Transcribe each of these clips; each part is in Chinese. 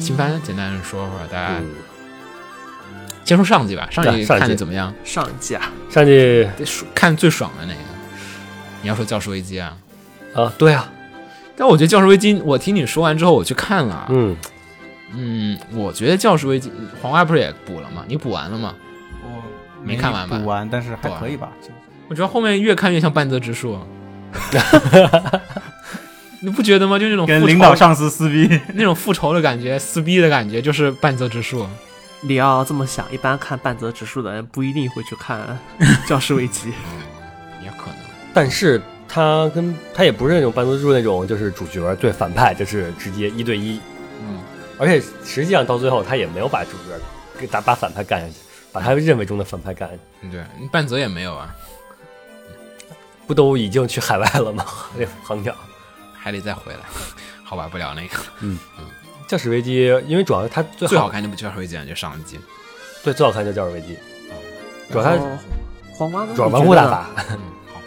新番，简单的说会儿，大家嗯，先说上季吧，上季对上季看的怎么样？上架上去得说看最爽的那个。你要说《教师危机》啊，啊，对啊，但我觉得《教师危机》，我听你说完之后，我去看了啊。嗯，嗯，我觉得《教师危机》黄瓜不是也补了吗？你补完了吗？我没看完吧补完，但是还对啊可以吧，就我觉得后面越看越像半泽直树，啊你不觉得吗？就那种跟复领仇导上司撕逼。那种复仇的感觉，撕逼的感觉，就是半泽直树。啊你要这么想，一般看半泽直树的人不一定会 去看《教师危机》，也可能，但是他跟他也不是那种半泽之树那种，就是主角对反派，就是直接一对一，嗯，而且实际上到最后他也没有把主角给打把反派干下去，把他认为中的反派干下去，对，半泽也没有啊，不都已经去海外了吗？ 那航鸟。还得再回来。好吧，不聊那个，驾驶危机，因为主要它最最好好看就不就是危机了，就上一季。对最好看就驾驶危机，主要它然后哦黄瓜呢主要你玩觉物得大呢法，嗯，好，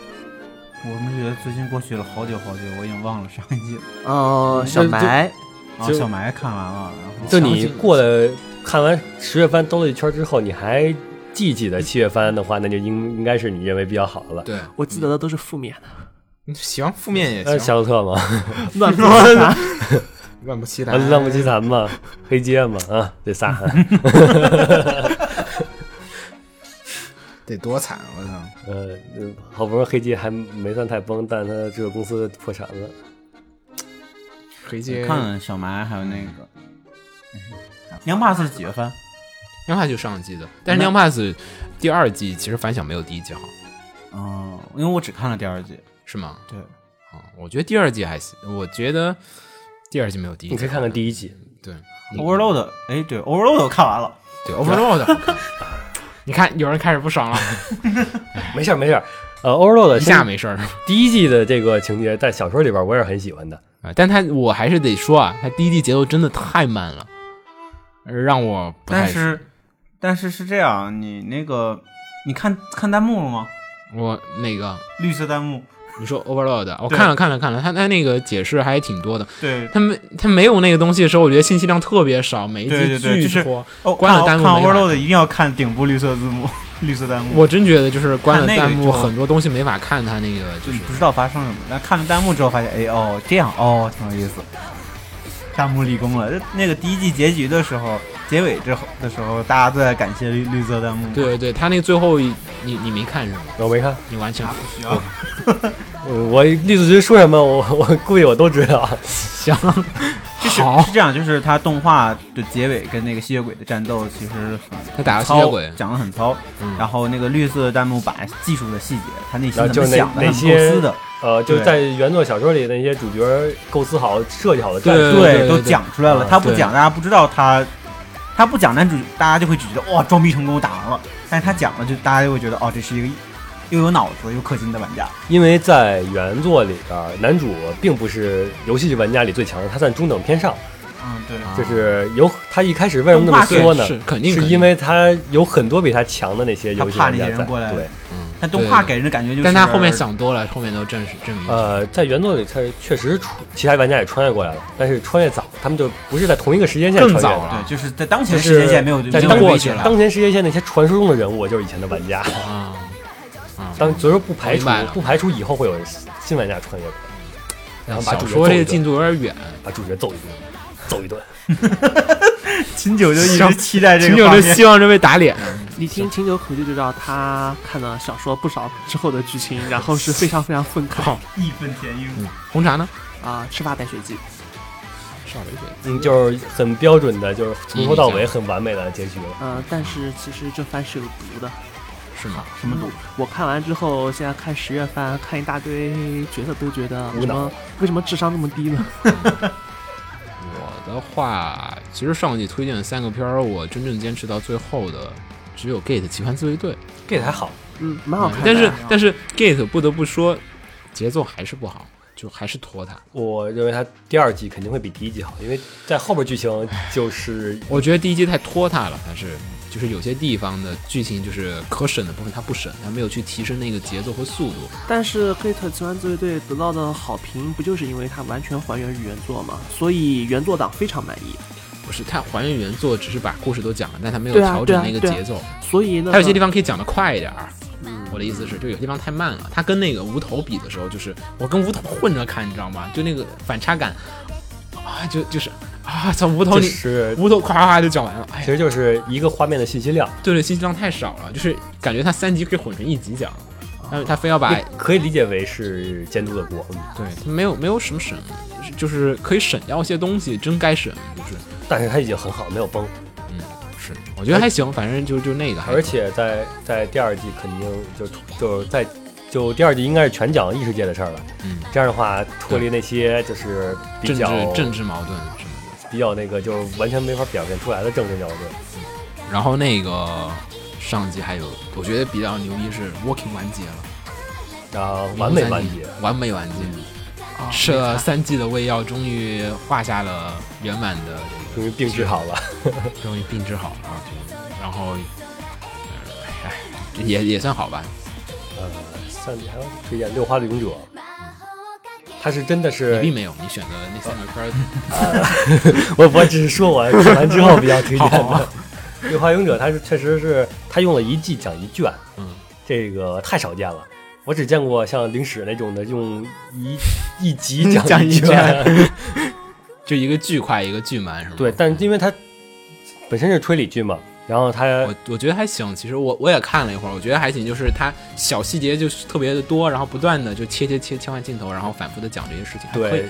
我们觉得最近过去了好久好久，我已经忘了上一季了。呃，小就嗯白，然后就小埋看完了，然后就你过了看完十月番兜了一圈之后，你还记记得七月番的话，那就应应该是你认为比较好的了。对，我记得的都是负面的，你喜欢负面呃，也行，夏洛特嘛，乱说的。乱不起来啊，浪木奇谭嘛， 黑街嘛，啊，这仨。 得多惨，我操！呃，好不容易黑街还没算太崩，但它这个公司破产了。回街看了小埋还有那个 娘怕是几月份？娘怕就上一季的，但是那娘怕是第二季其实反响没有第一季好，嗯，因为我只看了第二季。是吗？对，啊，我觉得第二季还行，我觉得第二季没有第一季你好。可以看看第一集，对 Overload，哎，对 Overload 我看完了，对 overload 好看。 你看，有人开始不爽了，没事儿没事儿。呃，Overload 一下先没事儿 了。第一季的这个情节，在小说里边我也是很喜欢的。啊但他我还是得说啊，他第一季节奏真的太慢了，让我不太但是但是是这样，你那个你看看弹幕了吗？我那个绿色弹幕，你说 overload，我对看了看了看了，他他那个解释还挺多的。对，他没他没有那个东西的时候，我觉得信息量特别少，每一集对对对巨就是拖。哦，关了看弹幕看没法看 Overload 一定要看顶部绿色字幕， 绿色弹幕。我真觉得就是关了看那个弹幕，就很多东西没法看，他那个就就是你不知道发生了什么，但看了弹幕之后发现，哎哦，这样哦，挺有意思。弹幕立功了，这那个第一季结局的时候，结尾之后的时候，大家都在感谢绿绿色弹幕。对，对对，他那最后一你你没看是吗？我没看，你完全不需要。嗯我栗子君说什么，我 我估计我都知道。 行，就是好是，这样，就是它动画的结尾跟那个吸血鬼的战斗其实他打很了吸糙，血鬼，讲的很糙。嗯然后那个绿色的弹幕把技术的细节，他内然心后怎么就是那想的，那他些们构思的，呃，就对在原作小说里那些主角构思好、设计好的战对术，对都对讲出来了。嗯他不对讲，大家不知道他，他不讲，男主大家就会只觉得哇，装逼成功打完了。但是他讲了，就大家就会觉得哦，这是一个又有脑子又氪金的玩家。因为在原作里边儿，男主并不是游戏玩家里最强的，他算中等偏上。嗯，对啊就是有他一开始为什么那么动画说呢？是肯定是肯定因为他有很多比他强的那些游戏玩家他怕那些在。人过来对，嗯但动画对给人的感觉就是，但他后面想多了，后面都证实证嗯明。呃，在原作里他确实出其他玩家也穿越过来了，但是穿越早，他们就不是在同一个时间线更穿早越的。了对，就是在当前就时间是线没有在当没有过过去去了了。当前时间线那些传说中的人物，就是以前的玩家。啊啊，当所以说不排明除白了不排除以后会有新玩家穿越过来，然后把小主角说揍这一个顿进度有点远，把主角揍一顿，揍一顿。秦九就一行直期 待这秦个九画就面。希望这被打脸。你听秦九口就知道他看了小说不少之后的剧情，然后是非常非常愤慨好义愤填膺。嗯红茶呢？啊，吃饭带血记。少了一点嗯，就是很标准的，就是从头到尾很完美的结局了。呃，但是其实这番是有毒的。是吗？ 什么毒？我看完之后，现在看十月番，看一大堆角色都觉得无什脑么为什么智商那么低呢？我的话，其实上季推荐的三个片儿，我真正坚持到最后的只有《Gate 奇幻自卫队》，这还好，嗯，蛮好看的。但是但是 Gate 不得不说，节奏还是不好，就还是拖沓。我认为它第二季肯定会比第一季好，因为在后边剧情就是我觉得第一季太拖沓了，还是就是有些地方的剧情就是可审的部分它不审，它没有去提升那个节奏和速度。但是《黑特奇幻自卫队》得到的好评，不就是因为它完全还原原作吗？所以原作党非常满意。不是它还原原作，只是把故事都讲了，但它没有对啊调对整啊那个对啊节奏。所以呢，它有些地方可以讲得快一点儿。我的意思是，就有些地方太慢了。它跟那个无头比的时候，就是我跟无头混着看，你知道吗？就那个反差感啊，就就是啊，操无头就你是无头夸夸夸就讲完了，哎其呀，实就是一个画面的信息量，对对，信息量太少了，就是感觉它三集可以混成一集讲，但是他非要把你可以理解为是监督的锅，嗯对它没有没有什么省，就是可以省掉一些东西，真该省就是但是它已经很好，没有崩。嗯是，我觉得还行，反正就就那个还而且在在第二季肯定就就是在就第二季应该是全讲异世界的事儿了。嗯，这样的话脱离那些就是比政治较政治矛盾什么的。比较那个就是完全没法表现出来的政治矛盾。然后那个上集还有，我觉得比较牛逼是 Walking 完结了，然后完嗯美完结，，嗯完美完结，啊吃了三季的胃药，终于画下了圆满的这因为病治好了。个，终于病治好了，啊然后，哎，也也算好吧，呃，上集还有推荐《六花的勇者》，他是真的是你并没有，你选的那三个片儿，我我只是说我看完之后比较推荐好的。《 六花勇者》它是确实是他用了一季讲一卷，嗯，这个太少见了。我只见过像灵史那种的，用一一集嗯讲讲一一卷。就一个巨快，一个巨慢，是吗？ 对，但因为它本身是推理剧嘛，然后它我我觉得还行，其实我我也看了一会儿，我觉得还行，就是它小细节就是特别的多，然后不断的就切切切切换镜头，然后反复的讲这些事情，还可以对，哎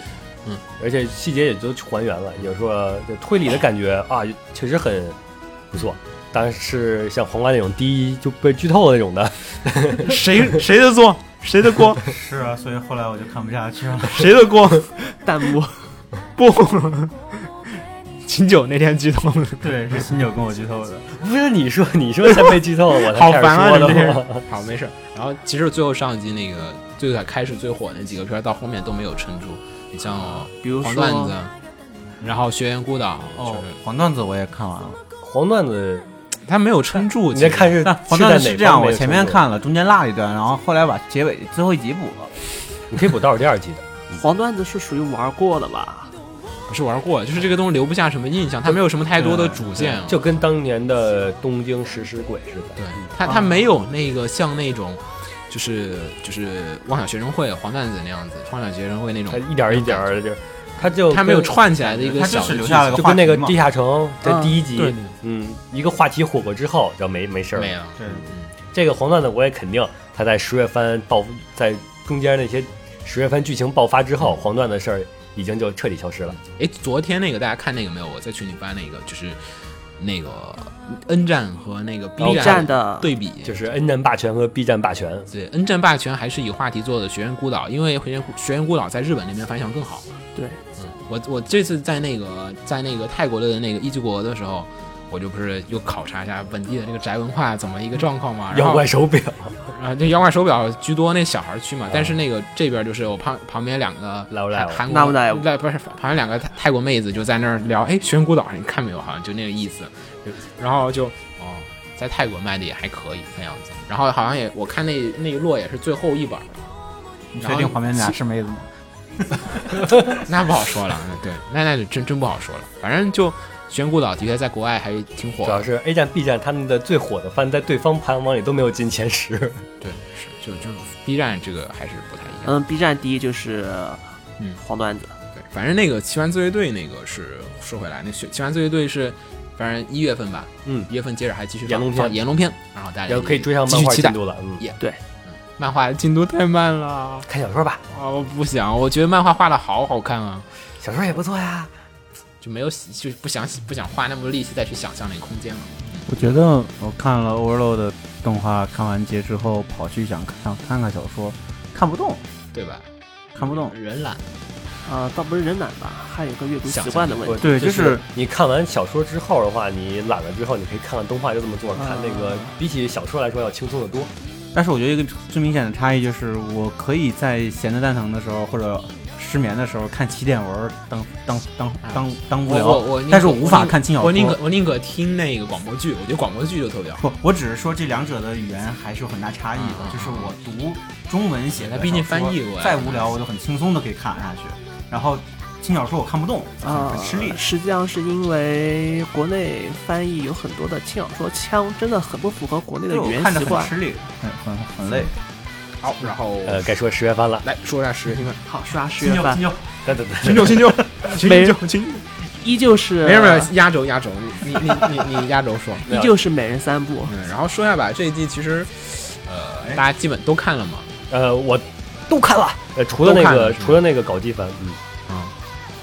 嗯，而且细节也都还原了，有时候就推理的感觉啊，确实很不错。但是像黄瓜那种第一就被剧透的那种的， 谁谁的错，谁的锅，是啊，所以后来我就看不下去了。 谁的锅，弹幕不，秦九那天激动了，对，是新九跟我剧透的。不是你说你说才被剧透，我才好开始烦啊说你的这人嘛好，没事儿。然后其实最后上一季那个最开开始最火那几个片儿，到后面都没有撑住。你像比如黄说段子，然后学员孤岛，哦就，黄段子我也看完了。黄段子，是他没有撑住。你在看是那黄在段哪子是这样，方面我的前面程度，看了，中间落了一段，然后后来把结尾最后一集补了。你可以补倒数第二季的，黄段子是属于玩过的吧？不是玩过，就是这个东西留不下什么印象，他没有什么太多的主线。就跟当年的东京食尸鬼似的。对他他没有那个像那种，就是就是妄想学生会黄段子那样子，妄想学生会那种它，一点儿一点儿的就，它就他没有跟，串起来的一个他小就的是留剧下了情就跟那个话题嘛地下城在第一集，对对嗯，一个话题火过之后，就没没事儿没了。有。对嗯这个黄段子我也肯定，他在十月番爆在中间那些十月番剧情爆发之后，黄段子的事儿已经就彻底消失了。哎，昨天那个大家看那个没有？我在群里发那个，就是那个 N 站和那个 B B 站站哦的对比，就是是 N 站霸权和 B 站霸权，对 N 站霸权还是以话题做的《学院孤岛》，因为《学院学院孤岛》在日本那边反响更好。对，嗯，我我这次在那个在那个泰国的那个伊居国的时候。我就不是又考察一下本地的这个宅文化怎么一个状况嘛，然妖后怪手表。啊，这妖怪手表居多，那小孩儿区嘛。但是嗯那个这边就是我旁旁边两个来不来韩韩来国不来来不是旁边两个泰泰国妹子就在那儿聊，哎，悬古岛你看没有？好像就那个意思。就然后就哦，在泰国卖的也还可以那样子。然后好像也我看那那一摞也是最后一本儿，你然确后定旁边俩是妹子吗？那不好说了。嗯那对，那那就真真不好说了。反正就悬古岛的确在国外还挺火主要的，是 A 站、B 站他们的最火的番，在对方排行榜里都没有进前十。对，是就就 B 站这个还是不太一样。嗯，B 站第一就是嗯黄段子，对，反正那个奇幻自卫队那个是说回来，那奇奇幻自卫队是，反正一月份吧，嗯，一月份接着还继续放炎龙篇放炎龙篇，然后大家然后可以追上哎继漫续画期进待。度了。嗯，漫画进度太慢了啊！看小说吧，我不想，我觉得漫画画的好好看啊，小说也不错呀。就没有喜就不想不想花那么多力气再去想象那个空间了。我觉得我看了 Overload 的动画，看完结之后跑去想看看看小说，看不动，对吧？看不动。人懒，啊，倒不是人懒吧，还有个阅读想习惯的问我题。对就就是你看完小说之后的话，你懒了之后，你可以看看动画，就这么做，看那个啊比起小说来说要轻松得多。但是我觉得一个最明显的差异就是，我可以在闲得蛋疼的时候或者失眠的时候看起点文儿当当当当当无我啊我聊，我宁可，但是我无法宁看轻小我宁说可。我宁可听那个广播剧，我觉得广播剧就特别好。不，我只是说这两者的语言还是有很大差异嗯嗯的。就是我读中文写的小说，它毕竟翻译过来再无聊我都很轻松的可以看下去。然后轻小说我看不动啊、很吃力。实际上是因为国内翻译有很多的轻小说腔，真的很不符合国内的对，语我言看着习惯很。吃力，很很很累。好，然后呃，该说十月番了。来说一下十月 新番，好，说下十新月旧份新，旧，等等等，秦九秦 九秦没九秦，依旧是没事没事，压轴压轴，你你你你你压轴 说。没有依旧是每人三部。嗯，然后说一下吧，这一季其实，呃，大家基本都看了嘛，呃，我都看了，呃，除了那都看了个是吗除了那个搞基番，嗯，啊、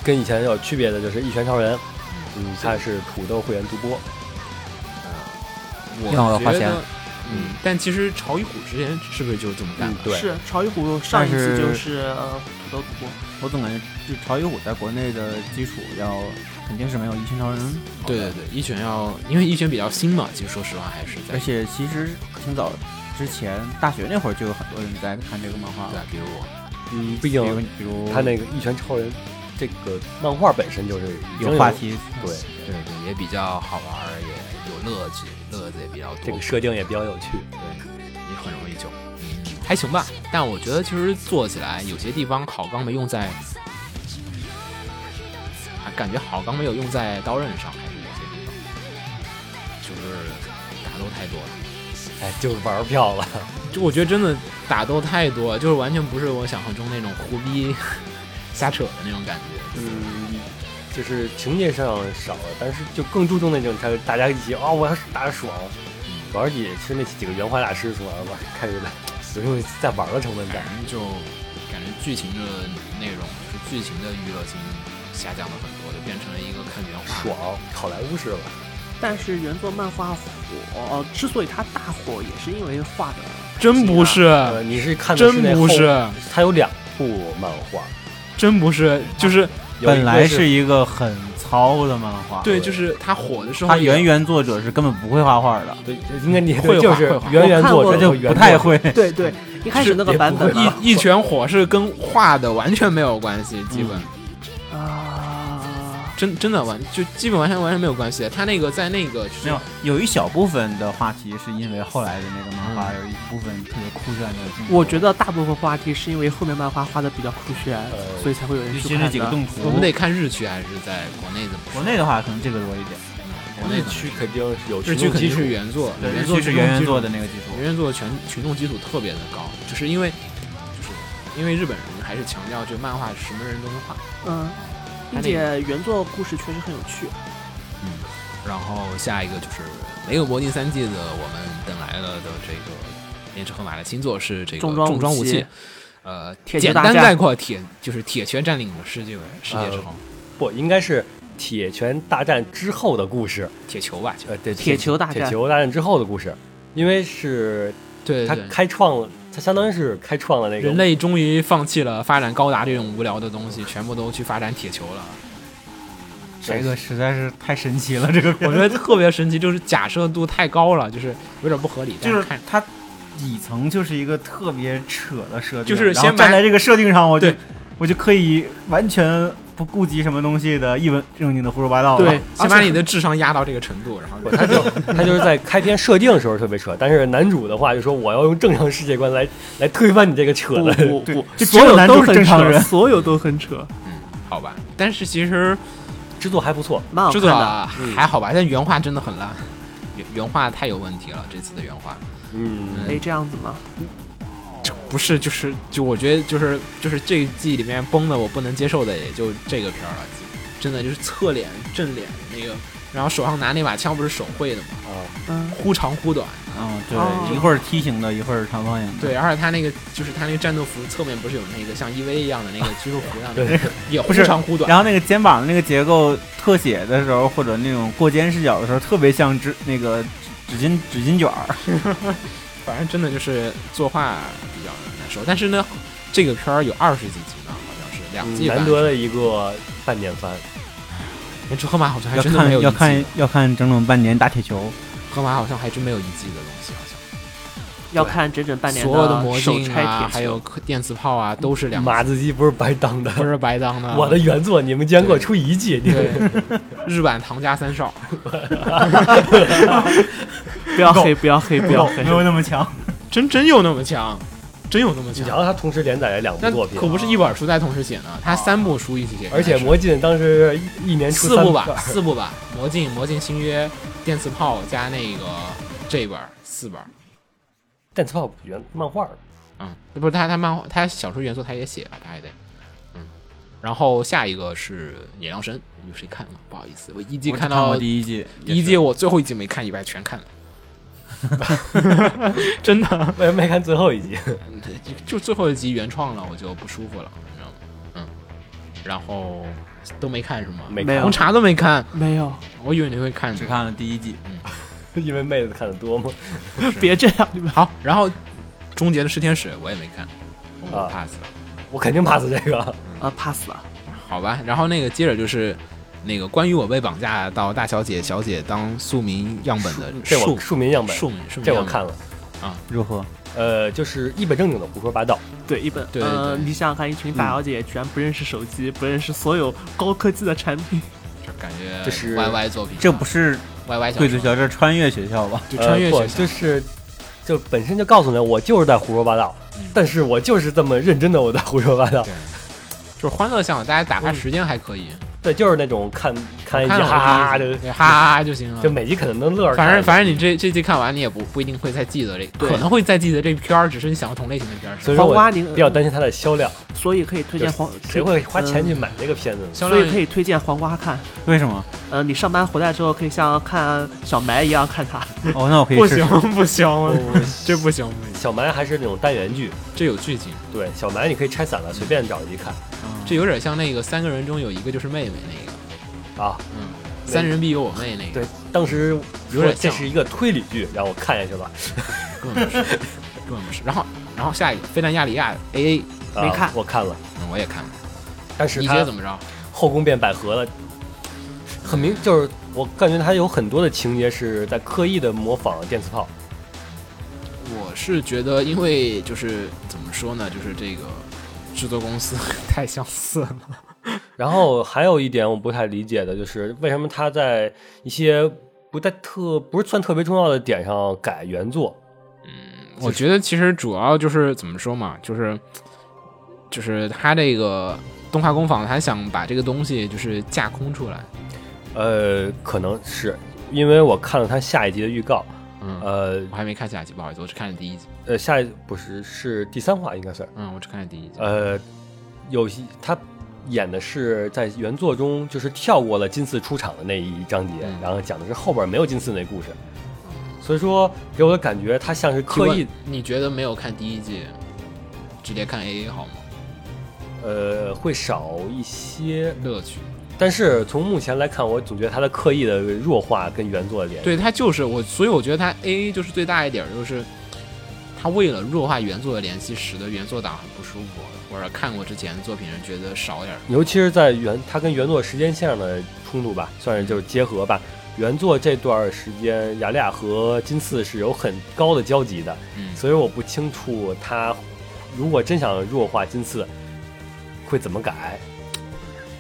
跟以前有区别的就是《一拳超人》，嗯，它是土豆会员独播，我要了觉花钱得嗯，但其实朝一虎之前是不是就这么干嗯了？，对，是朝一虎上但一次是就是呃土豆主播，我总感觉就朝一虎在国内的基础要肯定是没有一拳超人好嗯的对对对，一拳要因为一拳比较新嘛，其实说实话还是在而且其实挺早之前大学那会儿就有很多人在看这个漫画对了，，比如我嗯，毕比竟如比如它那个《一拳超人》这个漫画本身就是已经有话，题，对，对对对也比较好玩儿，也有乐趣，乐子也比较多，这个设定也比较有趣。对，也很容易就，嗯还行吧。但我觉得其实做起来有些地方好钢没用在，啊，感觉好钢没有用在刀刃上，还是有些地方，就是打斗太多了。哎，就是玩票了，就我觉得真的打斗太多，就是完全不是我想象中那种胡逼 瞎扯的那种感觉。嗯，就是情节上少了，但是就更注重那种，他大家一起啊、我要打得爽，嗯玩儿起其实那几个原画大师说玩吧，开始 有种在玩儿的成分在感。觉就感觉剧情的内容，就是剧情的娱乐性下降了很多，就变成了一个看原画。爽，好莱坞式了。但是原作漫画火、呃之所以它大火，也是因为画的啊真不是，呃，你是看的啊真那不后是，它有两部漫画，真不是，就是有一本个来是是一个很糙的漫画，对，就是他火的时候，它原原作者是根本不会画画的，对，应该你绘画就是 绘画原原作我者看过就和原不太作者会。对对，一开始那个版本啊一一拳火是跟画的完全没有关系，基本、嗯啊，真真的完就基本完全完全没有关系。他那个在那个就是没有，有一小部分的话题是因为后来的那个漫画有一部分特别酷炫的镜头。我觉得大部分话题是因为后面漫画画的比较酷炫，呃所以才会有人尤去其看是的。几个动图，我们得看日区还是在国内怎么说？国内的话可能这个多一点，国内日可能区肯定是有日群剧众肯基定础是，原作，对，原尤作其是是原原作作的那个基础，原原作的群群众基础特别的高，就是因为就是因为日本人还是强调就漫画什么人都能画，嗯，并且原作故事确实很有趣。然后下一个就是没有《魔镜三季》的我们等来了的这个连城河马的新作是这个重装武器重装武器，呃，铁简拳大单战概括铁就是铁拳占领了世界世界之后，不应该是铁拳大战之后的故事，铁球吧，呃，对，铁球大铁战球大战之后的故事，因为是对它对对，开创了，它相当于是开创了那个人类终于放弃了发展高达这种无聊的东西，全部都去发展铁球了。这个实在是太神奇了。这个片我觉得特别神奇，就是假设度太高了，就是有点不合 理。就是但看它底层就是一个特别扯的设定，就是然后先站埋在这个设定上，我就对我就可以完全不顾及什么东西的一本正经的胡说八道了。对先把你的智商压到这个程度，然后不他就他就是在开篇设定的时候特别扯，但是男主的话就说我要用正常世界观来来推翻你这个扯不的，不对不，就所只有有男都主是很正常扯，人所有都很扯。好吧。但是其实 制作还不错，蛮好制看作的，啊还好吧，但原画真的很烂，原原画太有问题了。这次的原画嗯，哎，这样子吗？不是就是就我觉得就是就是这一季里面崩的我不能接受的也就这个片儿了，真的就是侧脸正脸那个，然后手上拿那把枪不是手绘的吗？啊，嗯，忽长忽短。嗯，哦对，一会儿梯形的，一会儿长方形的。对，而且他那个就是他那个战斗服侧面不是有那个像 EV 一样的那个肌肉服一样的，对也忽不是长忽短。然后那个肩膀的那个结构，特写的时候或者那种过肩视角的时候，特别像纸那个纸纸巾纸巾卷儿。反正真的就是作画比较难受。但是呢，这个片儿有二十几集呢，好像是两嗯季吧。难得的一个半年番，连河马好像还要真的没有看一季的要看要看整整半年打铁球，河马好像还真没有一季的东西，好像要看整整半年所有的魔手镜拆啊，铁还球有电磁炮啊，都是两季啊马子鸡不是白当的，不是白当的。我的原作你们竟然给我对出一季，你对，日版唐家三少，不要黑，不要黑，不要黑没。有那么强。真真有那么强？真有这么然强？后他同时连载了两部那作品，啊可不是一本书在同时写呢，他三部书一起写，而且应该是魔镜当时一一年出四三部本吧，四部吧，魔镜、魔镜新约、电磁炮加那个这本儿四本儿，但草草原漫画儿嗯，不是他他漫画他小说元素他也写吧，他还得，嗯，然后下一个是野良神，有谁看了？不好意思，我一季我看只看到过第一季，第一季，我最后一季没看以外全看 了，真的。为什么没看最后一集？嗯对，就就最后一集原创了，我就不舒服了，你知道吗？嗯，然后都 没看是吗？没没有红看，茶都没看，没有，我以为你会看。只看了第一季。因为妹子看的多嘛。别这样，你们好，然后终结的炽天使我也没看，我啊 pass 了，我肯定 pass 这个。啊 pass 了。好吧。然后那个接着就是。那个关于我被绑架到大小姐小姐当庶民样本的这我庶庶民样本，庶民庶民这我样本看了。如何？呃，就是一本正经的胡说八道。对，一本对对呃，对你想想看，一群大小姐居然不认识手机，不认识所有高科技的产品，就感觉这是 YY 作品，这不是 YY 小贵族说啊学，这穿越学校吧？就穿越呃不学校就是就本身就告诉你，我就是在胡说八道，嗯但是我就是这么认真的我在胡说八道。就是欢乐向，大家打发时间还可以，对，就是那种看看一集看哈了哈哈我就就对哈哈哈就行了，就每集可能能乐儿啊看。反正反正你这这季看完，你也不不一定会再记得这，对可能会再记得这片儿，只是你想要同类型的片儿。所以说黄我花你比较担心它的销量，所以可以推荐黄，谁会花钱去嗯买这个片子呢？销所以可量以推荐黄瓜看，为什 么？呃，你上班回来之后可以像看小埋一样看它。哦，那我可以不试试行。不行，我这不行不行，小蛮还是那种单元剧，这有剧情，对，小蛮你可以拆散了随便找一集看嗯这有点像那个三个人中有一个就是妹妹那个，啊。嗯，三人必有我妹那 个，对，当时有说点这像是一个推理剧，让我看下去了，根本不是，根本不是。然后然后下一个飞弹亚里亚 A A，啊没看我看了，嗯，我也看了，但是你觉得它怎么着？后宫变百合了，很明就是我感觉它有很多的情节是在刻意的模仿电磁炮，我是觉得，因为就是怎么说呢，就是这个制作公司 太相似了，然后还有一点我不太理解的就是为什么他在一些不太特不是算特别重要的点上改原作，嗯我觉得其实主要就是怎么说嘛，就是就是他这个动画工坊，他想把这个东西就是架空出来，呃，可能是因为我看了他下一集的预告，嗯。呃我还没看下集，不好意思，我只看了第一集。呃下一不是是第三话应该算，嗯，我只看了第一集。呃，有一他演的是在原作中就是跳过了金四出场的那一章节，嗯然后讲的是后边没有金四那故事，所以说给我的感觉他像是刻意结果你觉得没有看第一季，直接看 A A 好吗？呃会少一些，乐趣。但是从目前来看，我总觉得他的刻意的弱化跟原作的联系。对他就是我，所以我觉得他 A A 就是最大一点儿，就是他为了弱化原作的联系，使得原作党很不舒服，或者看过之前的作品人觉得少点儿。尤其是在原它跟原作时间线上的冲突吧，算是就是结合吧。原作这段时间，雅利亚和金四是有很高的交集的，嗯，所以我不清楚他如果真想弱化金四，会怎么改。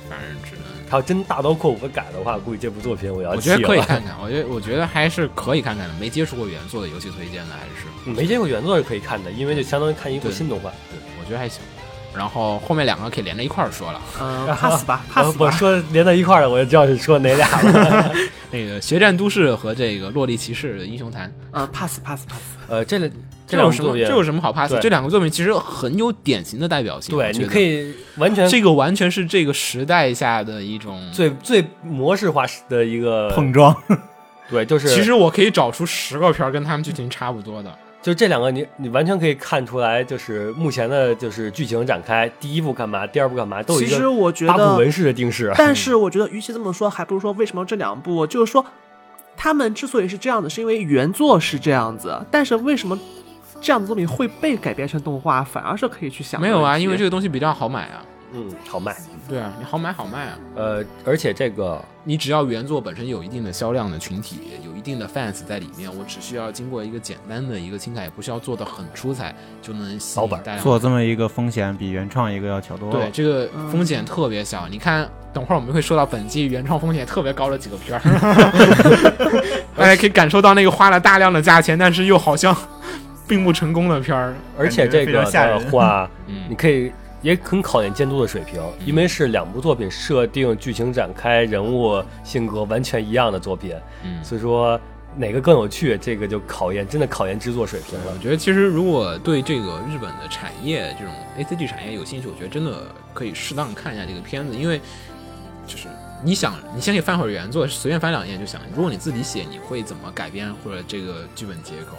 反正只能他要真大刀阔斧地改的话，估计这部作品我要我气觉了。得可以看看，我觉得我觉得还是可以看看的。没接触过原作的游戏推荐的还是， 没见过原作是可以看的，因为就相当于看一部对新动画。对，我觉得还行。然后后面两个可以连着一块儿说了，嗯、呃、，pass 吧我，pass 我吧。说连到一块儿了，我就知道是说哪俩 了。那个《决战都市》和这个《洛丽骑士的英雄坛》，呃，pass pass pass，呃，这这两有部什么作品这，有什么好 pass？对这两个作品其实很有典型的代表性。对，我觉你得可以完全这个完全是这个时代下的一种最最模式化的一个 碰撞，对，就是其实我可以找出十个片儿跟他们剧情差不多的，就这两个你，你完全可以看出来，就是目前的就是剧情展开，第一部干嘛，第二部干嘛，都有其一实个我觉八股得，文式的定 式。啊 但是我觉得，与其这么说，还不如说为什么这两部，就是说，他们之所以是这样的，是因为原作是这样子，但是为什么这样的作品会被改编成动画，反而是可以去想的没有啊，问题因为这个东西比较好买啊，嗯，好卖。对啊，你好买好卖啊，呃，而且这个你只要原作本身有一定的销量的群体，有一定的 fans 在里面，我只需要经过一个简单的一个清改，也不需要做的很出彩，就能吸老引板大量。做这么一个风险比原创一个要小多对，了。这个风险特别小。你看，等会儿我们会说到本季原创风险特别高的几个片 哎儿，大家可以感受到那个花了大量的价钱，但是又好像并不成功的片儿，而且这个感觉非常吓的人 话，嗯你可以也很考验监督的水平，嗯因为是两部作品设定、剧情展开、人物性格完全一样的作品，嗯，所以说哪个更有趣，这个就考验真的考验制作水平我嗯了。觉得其实如果对这个日本的产业这种 A C G 产业有兴趣，我觉得真的可以适当看一下这个片子，因为就是你想，你先给翻会儿原作，随便翻两页就想，如果你自己写，你会怎么改编或者这个剧本结构？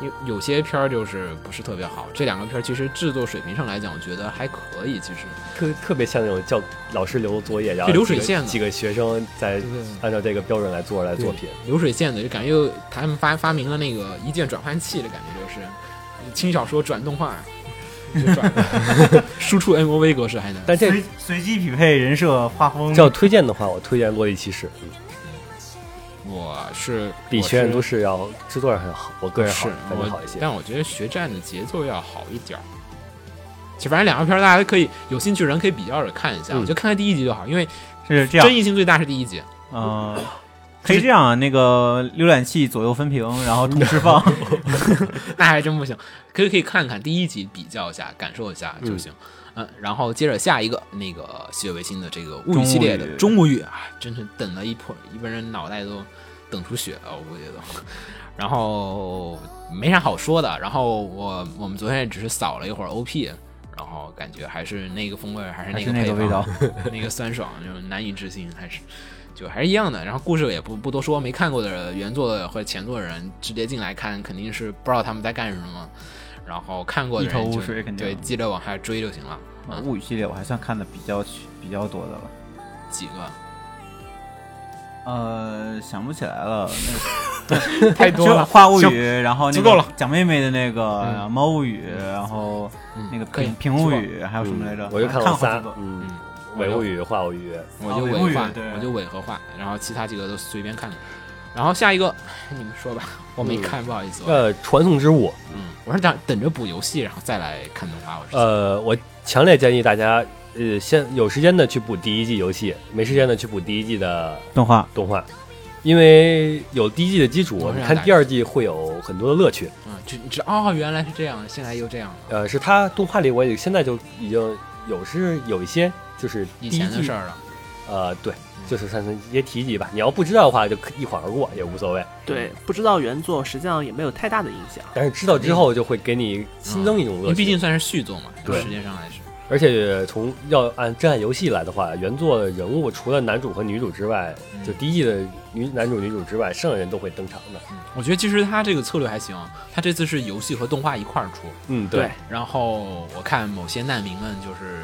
有有些片儿就是不是特别好，这两个片儿其实制作水平上来讲，我觉得还可以。其实，特特别像那种教老师留作业，然后流水几个线的几个学生在对按照这个标准来做来作品。流水线的，就感觉又他们发发明了那个一键转换器的感觉，就是轻小说转动画，就转 输出 M O V 格式还能。但这随随机匹配人设、画风，要推荐的话，我推荐《洛丽骑士》，我是比《我学院都是市》要制作上很好，我个人好是感觉我好一些。嗯但我觉得学战的节奏要好一点儿。其实反正两个片儿大家可以有兴趣的人可以比较着看一下，嗯我就看看第一集就好，因为是这样争，议性最大是呃第一集。嗯、可以这样，啊那个浏览器左右分屏，然后同 时放，那还真不行，可以可以看看第一集，比较一下，感受一下就行。嗯，然后接着下一个那个《吸血维新》的这个物语系列的《中中物语》啊，真是等了一破，一般人脑袋都等出血了，我估计都。 然后没啥好说的。然后我我们昨天也只是扫了一会儿 OP，然后感觉还是那个风味儿，还是还那是个那配个方，味道，那个酸爽，就是难以置信，还是就还是一样的。然后故事也不不多说，没看过的原作的或者前作的人直接进来看，肯定是不知道他们在干什么。然后看过的人一头雾就水肯定对，接着往下追就行了。啊物语系列我还算看的比较比较多的了，几个呃，想不起来了，那太就《花物语》，然后足那够了嗯个蒋妹妹的那个《猫物语》，然后那个可以平平物语，还有什么来着？我就看看了好仨几，个嗯，伪物语、话物语，哦我就啊伪伪物语化，对我就伪合化，然后其他几个都随便看看。然后下一个，哎你们说吧，我没看，不好意思。呃，传送之物，嗯，我是想等着补游戏，然后再来看动画。我是呃，我强烈建议大家，呃，先有时间的去补第一季游戏，没时间的去补第一季的动画，动画，因为有第一季的基础我，是你想看打第二季会有很多的乐趣。嗯，只只哦，原来是这样，现在又这样了。呃，是它动画里我也现在就已经有是有一些就是以第一前的季事，儿了，呃，对，就是算是也提一及吧。你要不知道的话，就可一晃而过也无所谓。对，不知道原作实际上也没有太大的影响。但是知道之后就会给你新增一种因乐为趣，嗯毕竟算是续作嘛，对时间上来是。而且从要按真按游戏来的话，原作人物除了男主和女主之外，嗯就第一季的女男主女主之外，剩下人都会登场的。我觉得其实他这个策略还行，他这次是游戏和动画一块儿出，嗯，对，然后我看某些难民们就是。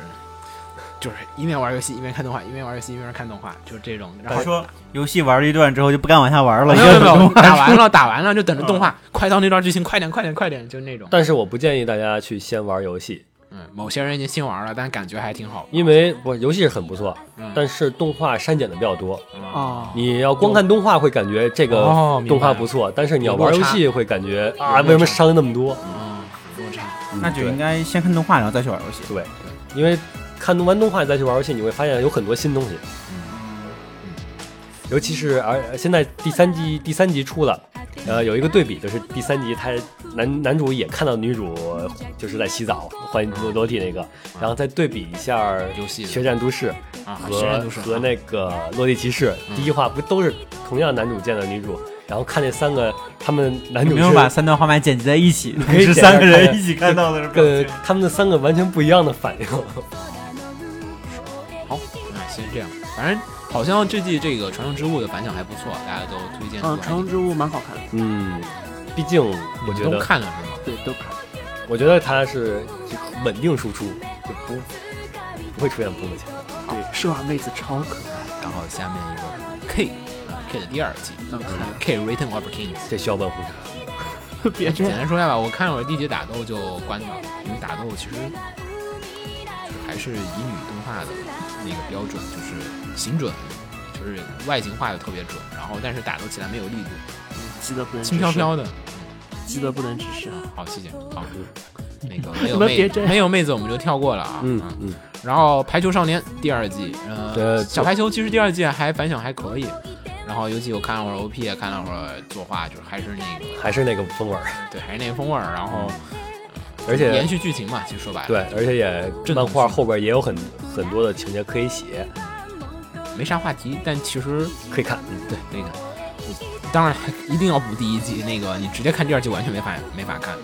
就是一面玩游戏一面看动画，一面玩游戏一面看动画，就是这种。然他后说游戏玩了一段之后就不敢往下玩了，没有因为没有没动有，画打完了打完了就等着动画，快到那段剧情，快点快点快点，就那种。但是我不建议大家去先玩游戏，嗯，某些人已经新玩了，但感觉还挺好。因为不游戏是很不错，嗯但是动画删减的比较多。哦，你要光看动画会感觉这个哦明白动画不错，但是你要玩游戏会感觉啊，有落差为什么删了那么多？嗯，落差。嗯那就对应该先看动画，然后再去玩游戏。对，因为看完动画再去玩游戏，你会发现有很多新东西。嗯尤其是而现在第三集第三集出了，呃，有一个对比，就是第三集他男男主也看到女主就是在洗澡换裸裸体那个，然后再对比一下游戏的决战都市》啊和血战都市嗯和那个《落地骑士》第一话不都是同样男主见的女主，然后看那三个他们男有主没有是把三段画面剪辑在一起， 可以是剪一下三个看人看一起看到的是表呃情。他们的三个完全不一样的反应。 好，那先嗯这样。反正好像这季这个《传承之物》的反响还不错，大家都推荐出来。嗯，《长生之物》蛮好看的，嗯，毕竟我觉你们得都看了是吗？对，都看。我觉得它是就稳定输出，就不不会出现崩的情况。对，施瓦哦妹子超可爱。然后下面一个 K 啊 K 的第二季嗯， K Return of Kings。这需要问红茶。 别这简样，单说一下吧，我看我第几打斗就关掉了，因为打斗其实还是以女动画的那个标准，就是行准，就是外形画的特别准，然后但是打斗起来没有力度，急得不能直轻视飘，飘的。急得不能直视。好，谢谢。好，那 个没有你们嗯别妹这样没有妹子我们就跳过了啊。嗯嗯，然后《排球少年》第二季，呃，对小排球其实第二季还反响还可以，然后尤其我看了会儿 OP，也看了会儿作画，就是还是那个还是那个风味儿。对，还是那个风味儿。然后嗯而且延续剧情嘛，其实说白了，对，而且也漫画后边也有很很多的情节可以写，没啥话题，但其实可以看。嗯对那个，当然一定要补第一季，那个你直接看第二季完全没法没法看。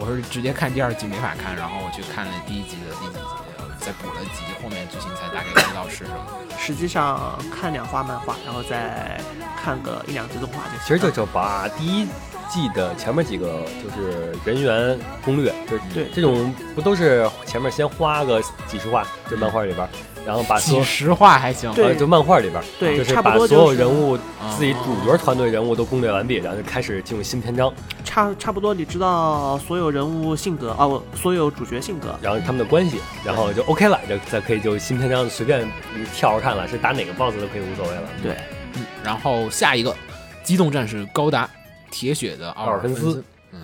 我是直接看第二季没法看，然后我去看了第一集的第几集，再补了几集后面剧情才大概知道是什么。实际上看两话漫画，然后再看个一两集动画就行。其实就就把第一季的前面几个就是人员攻略，就是对这种不都是前面先花个几十话，就漫画里边儿，然后把所几有十话还行，对呃就漫画里边儿，对就是差不把多所有就是人物自己哦主角团队人物都攻略完毕，然后就开始进入新篇章，差差不多，你知道所有人物性格哦，所有主角性格，然后他们的关系，然后就 OK 了，就再可以就新篇章随便你跳着看了，是打哪个 BOSS 都可以无所谓了。对，嗯然后下一个机动战士高达铁血的奥尔奥尔芬斯斯，嗯，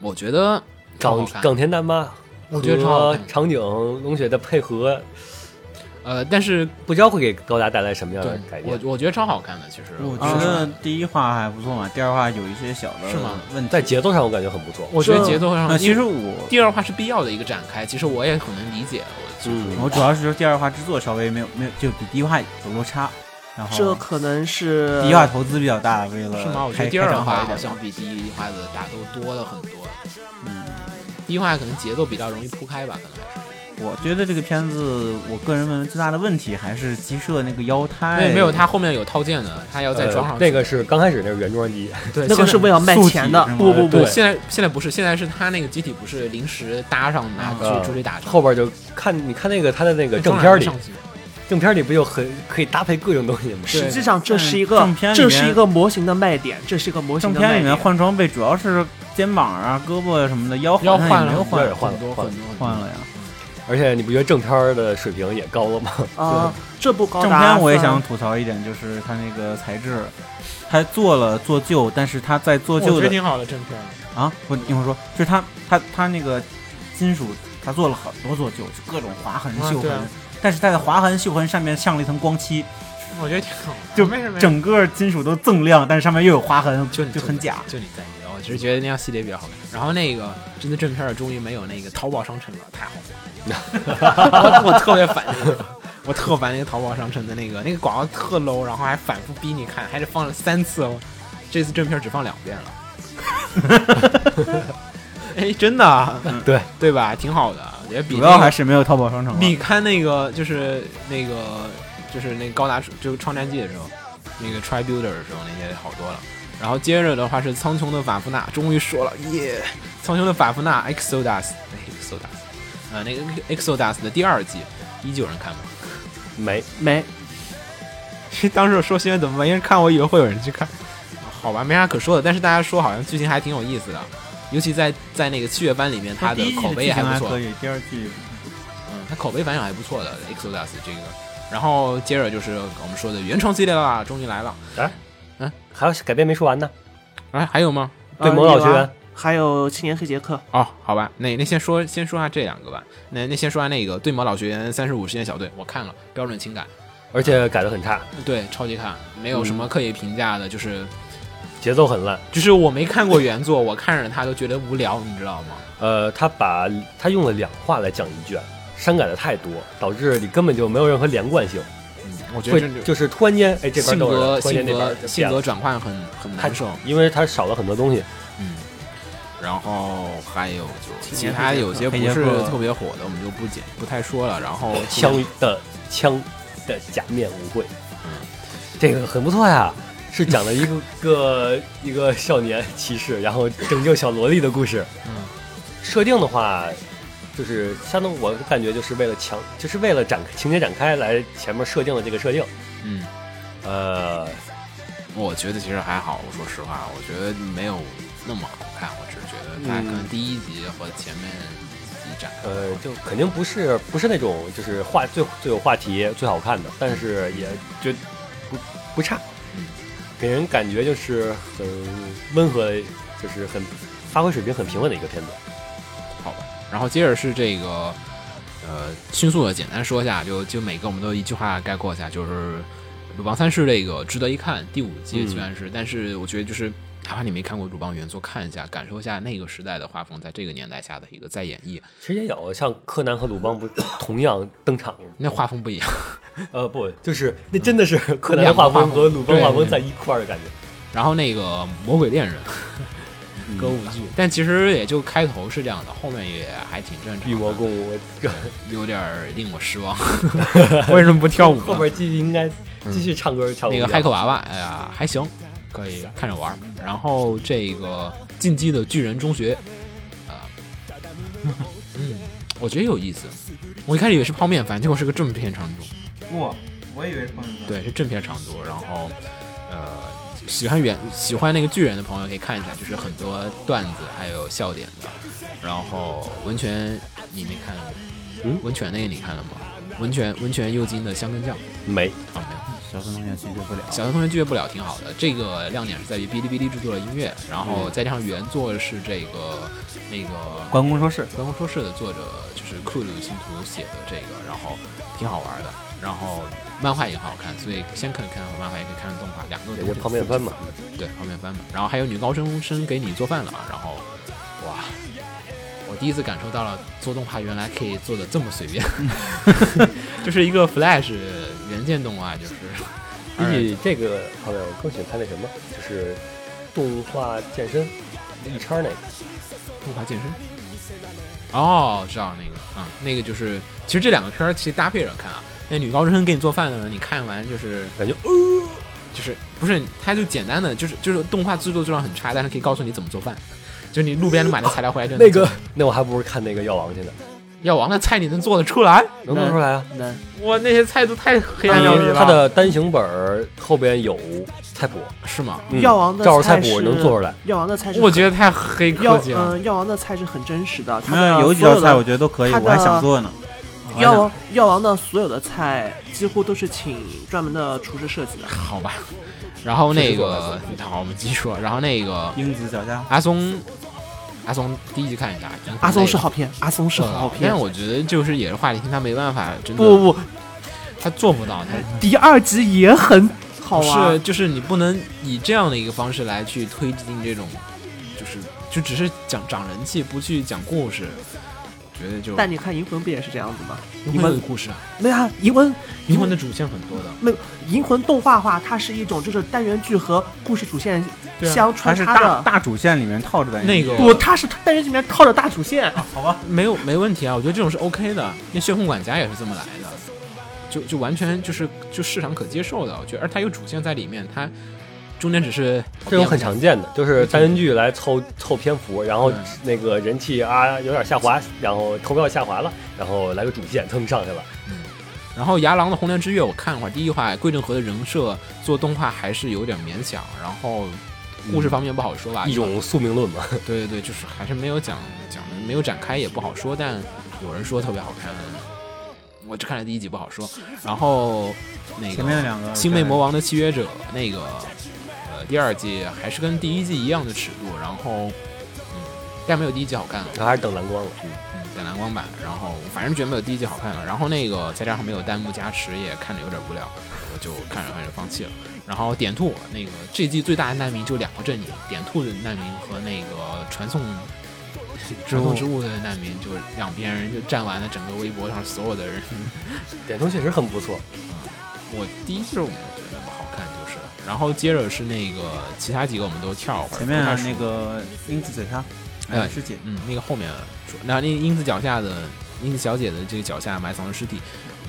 我觉得超好冈看冈田丹妈，我觉得超好看场景龙雪的配合，呃，但是不知道会给高达带来什么样的对改变我。我觉得超好看的，其实我啊觉得第一话还不错嘛，第二话有一些小的是吗问题在。节奏上我感觉很不错，我觉得节奏上，呃，其因实为我第二话是必要的一个展开，其实我也很能理解，我其实嗯我主要是说第二话制作稍微没有没有，就比第一话有落差。然后这可能是第一话投资比较大，为了是吗？我觉开得第开二场好话一好点像比第一话的打斗多了很多。嗯第一话可能节奏比较容易铺开吧，可能还是我觉得这个片子，我个人认为最大的问题还是鸡舍那个腰因胎，为没有他后面有套件的，他要在装上呃那个是刚开始那是原装机，对那个是为了卖钱的现在，不不不对对，现在现在不是，现在是他那个机体不是临时搭上拿呃去出去打仗，后边就看你看那个他的那个正装片上里上，去正片里不就很可以搭配各种东西吗？对实际上这是一个正片里这面是一个模型的卖点，这是一个模型正的卖片里面点。换装备主要是肩膀啊、胳膊什么的，腰要好像换也没有了，换对换很多换了很多很多换了呀。而且你不觉得正片儿的水平也高了吗？啊，这部高正达片我也算想吐槽一点，就是它那个材质，它做了做旧，但是它在做我旧觉得的挺好的正片儿，啊，我听我说，就是它它它那个金属，它做了很多做旧，就各种划痕、啊锈对痕，啊但是它的划痕、锈痕上面上了一层光漆，我觉得挺好的，就没什么。整个金属都锃亮，但是上面又有划痕，就就你很假。就你在意。我只是觉得那样系列比较好看。然后那个真的正片儿终于没有那个淘宝商城了，太好 看了。我我特别烦那个，我特烦那个淘宝商城的那个那个广告特 low，然后还反复逼你看，还是放了三次哦。这次正片儿只放两遍了。 哎，真的，对对吧？挺好的，我觉得比主那要个还是没有淘宝商城你了。看那个就是那个就是那个高达就是创战记的时候，那个 Try Builder 的时候那些好多了。然后接着的话是苍穹的法夫纳，终于说了耶！苍穹的法夫纳 Exodus 哎 Exodus，呃，那个 Exodus 的第二季，依旧有人看吗？没，没 当时我说新闻怎么没人看，我以为会有人去看。好吧，没啥可说的，但是大家说好像剧情还挺有意思的，尤其在在那个七月班里面，它第的一季口碑剧也情还不还错。可以，第二季嗯，它口碑反响还不错的 Exodus 这个。然后接着就是我们说的原创系列啦，终于来了。还有改编没说完呢。哎，还有吗？对呃魔导有啊学员还有青年黑杰克，哦，好吧，那那先说先说下这两个吧。那那先说下那个《对魔老学员三十五实验小队》，我看了，标准情感，而且改的很差，对，超级看，没有嗯什么可以评价的，就是节奏很烂。就是我没看过原作，我看着它都觉得无聊，你知道吗？呃，他把他用了两话来讲一卷，删改的太多，导致你根本就没有任何连贯性，嗯，我觉得会这就就是突然间，哎，这边性逗格了，突然性间那边格就变性格了转换很很难受。因为它少了很多东西。嗯，然后还有就其他有些不是特别火的，我们就不简不太说了。然后枪的枪的假面舞会，这个很不错呀，是讲了一个个 一个少年骑士，然后拯救小萝莉的故事。嗯，设定的话，就是相当我感觉就是为了强，就是为了展情节展开来前面设定的这个设定。嗯，呃，我觉得其实还好。我说实话，我觉得没有那么好看。我只是觉得它可能第一集和前面几集展开呃，就肯定不是不是那种就是话最最有话题最好看的，但是也就不不差嗯，给人感觉就是很温和，就是很发挥水平很平稳的一个片子。好吧。然后接着是这个，呃，迅速的简单说一下，就就每个我们都一句话概括一下，就是鲁邦三世这个值得一看，第五季嗯虽然是，但是我觉得就是哪怕你没看过鲁邦原作，看一下，感受一下那个时代的画风在这个年代下的一个再演绎，其实也有，像柯南和鲁 邦不同样登场吗？那画风不一样。 呃，不，就是那真的是柯南两的个画画风风和鲁邦对画风在一块儿的感觉。然后那个魔鬼恋人歌舞剧，但其实也就开头是这样的，后面也还挺正常的。与魔共舞，这有点儿令我失望， 为什么不跳舞呢？后面继续应该继续唱歌唱舞。嗯那个骇客娃娃，哎呀，还行，可以看着玩儿。然后这个进击的巨人中学，啊、嗯，我觉得有意思。我一开始以为是泡面番，结果是个正片长度，哇，我以为是朋友圈。对，是正片长度。然后，呃，喜欢原喜欢那个巨人的朋友可以看一下，就是很多段子还有笑点的。然后温泉你没看吗？嗯温泉那个你看了吗？温泉温泉右京的香根酱没，啊，没有。小分同学拒绝不了。小学同学拒绝不了，挺好的。这个亮点是在于哔哩哔哩制作的音乐，然嗯后再加上原作是这个那个关关公说事，关公说事的作者就是库鲁信徒写的这个，然后挺好玩的。然后漫画也很好看，所以先可以看漫画，也可以看动画，两个都人家挺泡面番嘛，对泡面番嘛。然后还有女高中生给你做饭了嘛，然后哇，我第一次感受到了做动画原来可以做的这么随 便，就是一个 Flash 原件动画，就是比起这个方面，我更喜欢看那什么，就是动画健身一叉那个。步伐健身。哦，知道那个啊、那个就是，其实这两个片儿其实搭配着看啊。那女高中生给你做饭的呢，你看完就是感觉，呃，就是不是，它就简单的，就是就是动画制作质量很差，但是可以告诉你怎么做饭，就是你路边买的材料回来就能那个做那我还不如看那个药王去呢，药王的菜你能做得出来？能做出来啊？那我那些菜都太黑暗料理了，他的单行本儿后边有菜谱，是吗？嗯药王的照着菜菜谱是能做出来。药王的菜是我觉得太黑药科技了。嗯药王的菜是很真实的，他啊没的有有几所道有菜的我觉得都可以，它的我还想做呢。药王药王的所有的菜几乎都是请专门的厨师设计的。好吧，然后那是做个好，我们继续说，然后那个英子脚下，阿松，阿松第一集看一下，阿松是好。好片，阿松是好哎但片是。我觉得就是也是话题性，他没办法，真的不不不，他做不到，他第二集也很好啊是玩。就是你不能以这样的一个方式来去推进这种，就是就只是讲讲人气，不去讲故事，觉得就但你看《银魂》不也是这样子吗？你们有故事啊，对啊，《银魂》灵魂的主线很多的，没有《银魂》动画化，它是一种就是单元剧和故事主线对啊相它穿是插大的。大主线里面套着的那个不，它是单元剧里面套着大 主线。好吧，没有没问题啊，我觉得这种是 OK 的，那《旋风管家》也是这么来的，就就完全就是就市场可接受的，我觉得，而它有主线在里面，它中间只是这种很常见的，就是单元剧来凑凑篇幅，然后嗯那个人气啊有点下滑，然后投票下滑了，然后来个主线蹭上去了。然后《牙狼的红莲之月》，我看了会儿，第一话桂正和的人设做动画还是有点勉强，然后故事方面不好说吧，一种宿命论嘛， 对对对，就是还是没有讲讲没有展开也不好说，但有人说特别好看，我只看了第一集不好说。然后那个前面的两个星魅魔王的契约者那个呃第二季还是跟第一季一样的尺度，然后嗯，但没有第一季好看啊了。还是等蓝光了。嗯，在蓝光版，然后反正觉得没有第一季好看了，然后那个再加上没有弹幕加持，也看着有点无聊，我就看着看着放弃了。然后点兔那个这季最大的难民就两个阵营，点兔的难民和那个传送传送之物的难民，就是两边人就占完了整个微博上所有的人。点头确实很不错，我第一季我没有觉得不好看，就是了。然后接着是那个其他几个我们都跳会儿，前面不太的熟那个英子脚下，哎哎，师姐，嗯，那个后面说，那那英子脚下的英子小姐的这个脚下埋藏的尸体，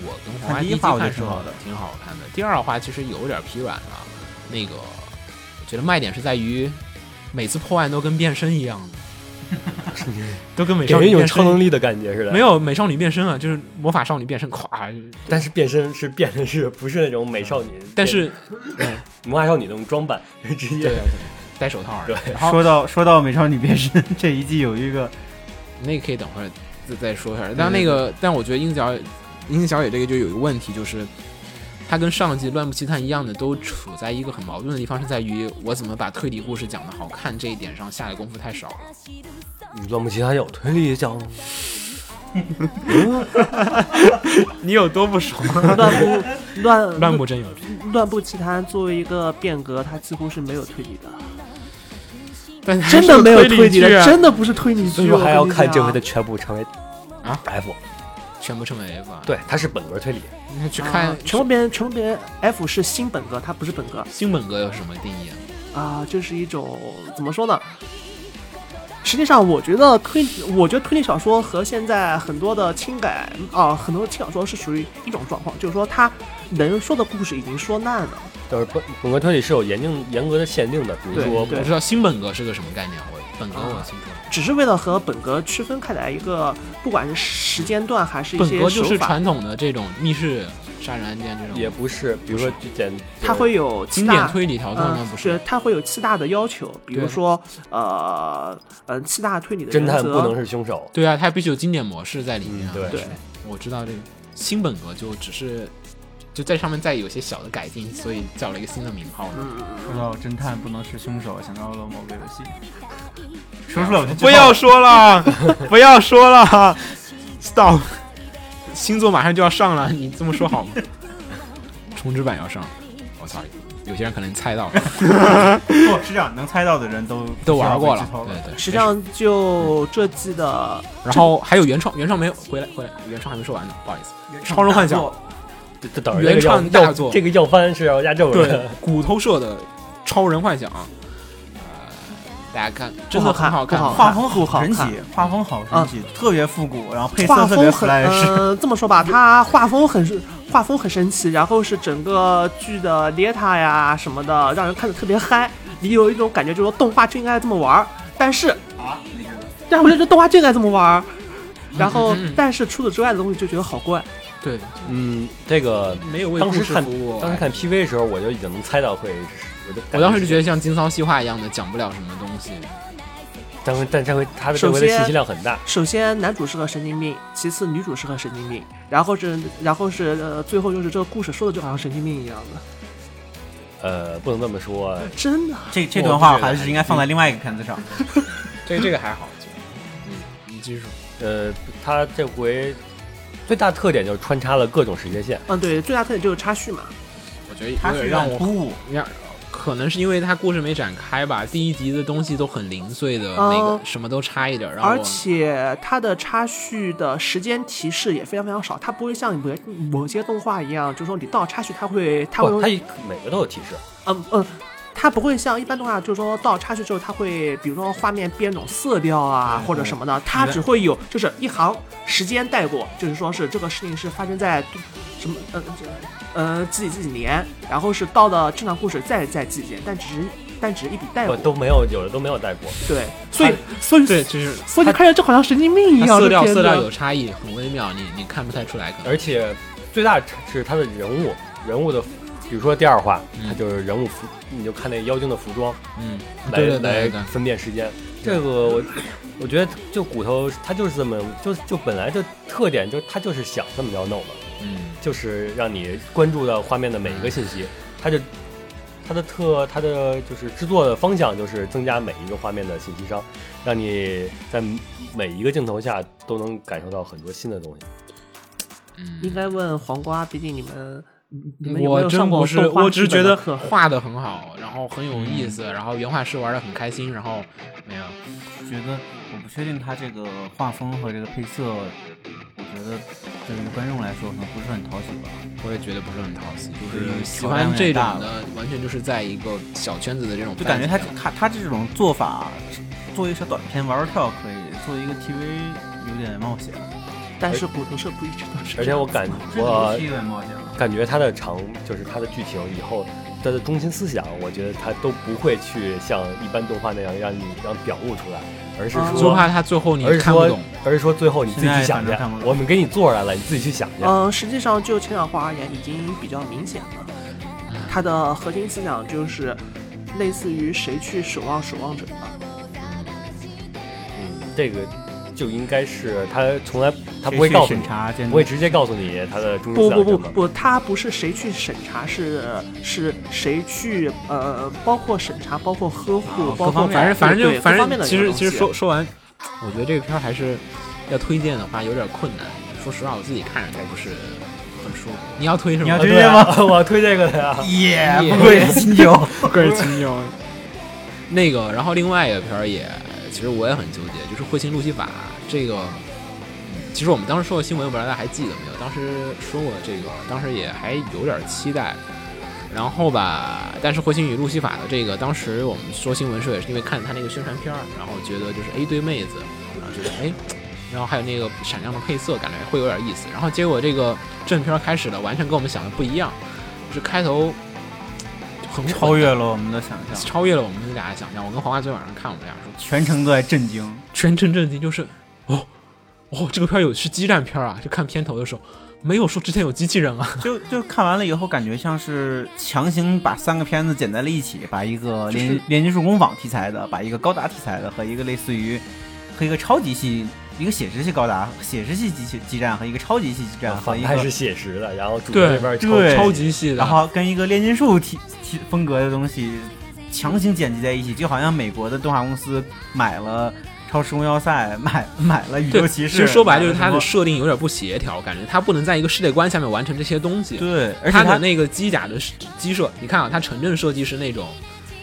我跟黄花看第一季话我看就是知道好的，挺好看的。第二话其实有点疲软了，那个我觉得卖点是在于每次破案都跟变身一样的 都跟美给少人女一种变超身能。力的感觉似的。没，有美少女变身啊，就是魔法少女变身，咵！但是变身是变的是不是那种美少女？但是变魔法少女那种装扮，直接对戴手套儿，对然后说到说到美少女变身这一季有一个那个可以等会儿再再说一下。但那个，但我觉得英子小英子小野这个就有一个问题，就是它跟上一季《乱步奇探》一样的，都处在一个很矛盾的地方，是在于我怎么把推理故事讲得好看这一点上下的功夫太少了。乱木齐还有推理讲，你有多不爽？乱步乱 乱步真有病，乱步奇谭作为一个变革，它几乎是没有推理的，但它真的没有是推推理剧的，啊真的不是推理所以剧。说还要看这回我的跟你啊全部成为啊 F，全部成为 F 啊。对，它是本格推理，你去讲看啊全部变成全部变成 F 是新本格，它不是本格新本格有什么定义啊？啊，这是一种怎么说呢？实际上，我觉得推，我觉得推理小说和现在很多的轻改啊、很多轻小说是属于一种状况，就是说它能说的故事已经说烂了。就是本本格推理是有严定严格的限定的，比如对说我不知道新本格是个什么概念，我本格我啊清楚。只是为了和本格区分开来一个，不管是时间段还是一本些格手就是法，传统的这种密室杀人案件这种也不是，比如说之前它会有七经典大，推理条嗯、段吗？不是，它会有七大的要求，比如对说呃嗯七大推理的侦原探则不能是凶手，对啊，它必须有经典模式在里面啊。嗯对对是我知道这个新本格就只是就在上面再有些小的改进，所以叫了一个新的名号嗯嘛。说到侦探不能是凶手，想到了某个游戏。说出来我就知道嗯不要说 了，不要说了，stop！星座马上就要上了，你这么说好吗？ 重置版要上，我、操！有些人可能猜 到了，不是这样，能猜到的人都都玩过了不需要被剧透，对对。实际上就这季的然后还有原创，原创没有回来，回来，原创还没说完呢，不好意思。超人幻想，这这等着原这个要创大作这个要翻是要压轴对的，，骨头社的《超人幻想》，呃，大家看，真的很好看，不好画风好好神看奇，画风好神奇，特别复古，然后配画色特别风 很 flash。呃这么说吧，它画风很画风很神奇，然后是整个剧的捏塔呀什么的，让人看的特别嗨，你有一种感觉就是说动画就应该这么玩儿，但是啊，那个但我就觉得动画就应该这么玩儿。然后嗯嗯嗯，但是除此之外的东西就觉得好怪。对，嗯，这个没有为当故时事看服务。当时看 PV 的时候我就已经能猜到会，我就我当时就觉得像金骚细话一样的，讲不了什么东西。但但这回他的这回的首先信息量很大，首先，男主是个神经病，其次女主是个神经病，然后是然后是呃，最后就是这个故事说的就好像神经病一样的，呃，不能这么说，真的。这这段话还是应该放在另外一个片子上。这这个还好，嗯，你继续说。呃，他这回最大特点就是穿插了各种时间线，嗯，对，最大特点就是插叙嘛。我觉得它有点是一让种我突兀，让，可能是因为它故事没展开吧，第一集的东西都很零碎的，每个嗯什么都差一点，让而我且它的插叙的时间提示也非常非常少，它不会像某某些动画一样，就是说你到插叙它会哦它会不，用他一每个都有提示，嗯嗯，它不会像一般动画，就是说到插叙之后，它会比如说画面变种色调啊、或者什么的，它只会有就是一行时间带过，就是说是这个事情是发生在什么呃这呃几几几年，然后是到了正常故事再再几年，但只是但只是一笔带不过，都没有，有的都没有带过。对，所以所以对，就是所以你看着这好像神经 病一它样，色这调片色子调有差异，很微妙，你你看不太出来，可能而且最大是他的人物，人物的，比如说第二话，嗯他就是人物服，你就看那妖精的服装嗯，来对对对对对来。分辨时间。这个我我觉得就骨头他就是这么就就本来就特点就他就是想这么着弄的，嗯，就是让你关注到画面的每一个信息，他就。它的特，它的就是制作的方向就是增加每一个画面的信息商，让你在每一个镜头下都能感受到很多新的东西。应该问黄瓜，毕竟你们你们有没我有真上不过是，动画我只是基觉本的得课画的很好，然后很有意嗯思，然后原画师玩的很开心，然后没有，觉得我不确定他这个画风和这个配色，我觉得对于观众来说可能不是很讨喜吧。我也觉得不是很讨喜，就就是是喜挑战欢有这点种大的，完全就是在一个小圈子的这种就范感围觉上，他他他这种做法，做一个小短片玩玩跳可以，做一个 TV 有点冒险，但是骨头社不一直都是哎而且我感这个我 TV 有点冒险。感觉它的长就是它的剧情以后它的中心思想，我觉得它都不会去像一般动画那样让你让表露出来，而是啊就说，怕他最后你而是看不说懂。，而是说最后你自己去想现去在反正看不，懂我们给你做出来了，你自己去想去。嗯，实际上就前两话而言，已经比较明显了。它的核心思想就是类似于谁去守望守望者吧。嗯，这个就应该是它从来它不会谁去告诉你审，查监不督会，直接告诉你它的中心思不想不是什不么。不，它不是谁去审查，是是谁去呃，包括审查，包括呵护，各哦包括方面反正反正对就各反方面正，的其一实个东其实西说说完，我觉得这个片儿还是要推荐的话有点困难。说实话，我自己看着都不是很舒服。你要推什么？你要啊推对荐吗啊 我推这个的呀。耶耶不愧是金牛， 贵金哦牛。那个，然后另外一个片儿也，其实我也很纠结，就是《彗星路西法》这个。嗯其实我们当时说的新闻，我不知道大家还记得没有？当时说过这个，当时也还有点期待。然后吧，但是《彗星与路西法》的这个，当时我们说新闻时候也是因为看他那个宣传片儿，然后觉得就是哎一堆妹子，然后觉得哎，然后还有那个闪亮的配色，感觉会有点意思。然后结果这个正片儿开始了，完全跟我们想的不一样，就是开头就很混超越了我们的想象，超越了我们俩的想象。我跟黄花昨天晚上看，我们俩说全程都在震惊。全程震惊，就是哦哦，这个片儿有是激战片儿啊！就看片头的时候，没有说之前有机器人啊， 就就看完了以后，感觉像是强行把三个片子剪在了一起，把一个就是炼炼金术工坊题材的，把一个高达题材的和一个类似于和一个超级系一个写实系高达、写实系机器激战和一个超级系激哦战和反一派是个，写实的，然后主角对这边超对超级细的。然后跟一个炼金术体体风格的东西强行剪辑在一起，就好像美国的动画公司买了。超时空要塞买买了宇对宙，骑其实士，说白了就是买它了的什设定有点不协调，感觉它不能在一个世界观下面完成这些东西。么对，而且它它的那个机甲的机设，你看啊，它城镇设计是那种，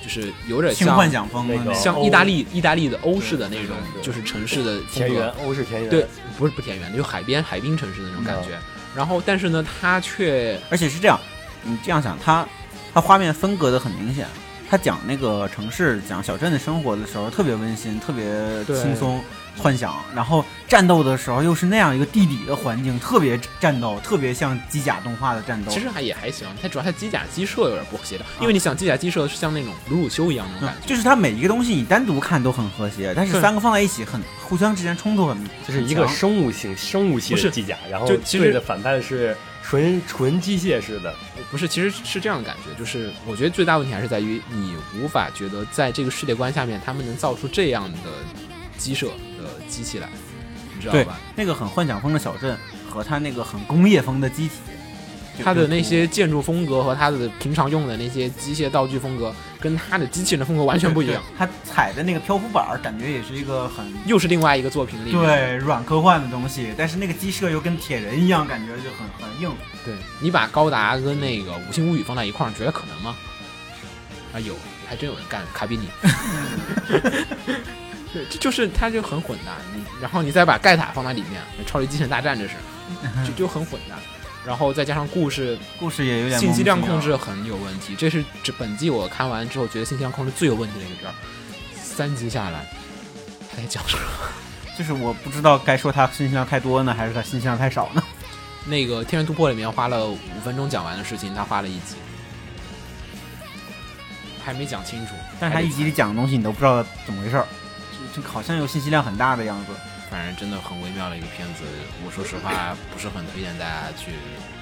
就是有点轻像幻想哦风的那个像意大利意大利的欧式的那种对，对就是城市的风田格园，。欧式田园。对，不是不田园，就海边海滨城市的那种嗯感觉。然后，但是呢，它却而且是这样，你这样想，它它画面分隔的很明显。它讲那个城市、讲小镇的生活的时候，特别温馨，特别对轻松、幻想。然后战斗的时候，又是那样一个地底的环境，特别战斗，特别像机甲动画的战斗。其实还也还行，它主要它机甲机设有点不协调，因啊为你想机甲机设是像那种鲁鲁修一样那种嗯感觉，就是它每一个东西你单独看都很和谐，但是对三个放在一起很互相之间冲突很，就是很一个强生物性生物系不的是机甲，然后就其实对的反派是纯纯机械式的，不是，其实是这样的感觉，就是我觉得最大问题还是在于你无法觉得在这个世界观下面他们能造出这样的机设的机器来，你知道对吧？那个很幻想风的小镇和它那个很工业风的机体，就它的冲那突些建筑风格和它的平常用的那些机械道具风格，跟它的机器人的风格完全不一样，对。它踩的那个漂浮板儿，感觉也是一个很又是另外一个作品里面。对软科幻的东西，但是那个鸡舍又跟铁人一样，感觉就很很硬。对你把高达跟那个五星物语放在一块儿，你觉得可能吗？啊，有，还真有人干卡比 尼。对，这就是它就很混搭。你然后你再把盖塔放在里面，超级机器人大战这是，嗯就就很混搭。然后再加上故事故事也有点信息量懵逼啊控制，很有问题，这是这本季我看完之后觉得信息量控制最有问题的一个片儿。三集下来，他在讲什么？就是我不知道该说它信息量太多呢，还是它信息量太少呢？那个《天元突破》里面花了五分钟讲完的事情，他花了一集，还没讲清楚。但是它还得一集里讲的东西你都不知道怎么回事儿，就就好像有信息量很大的样子。反正真的很微妙的一个片子，我说实话不是很推荐大家去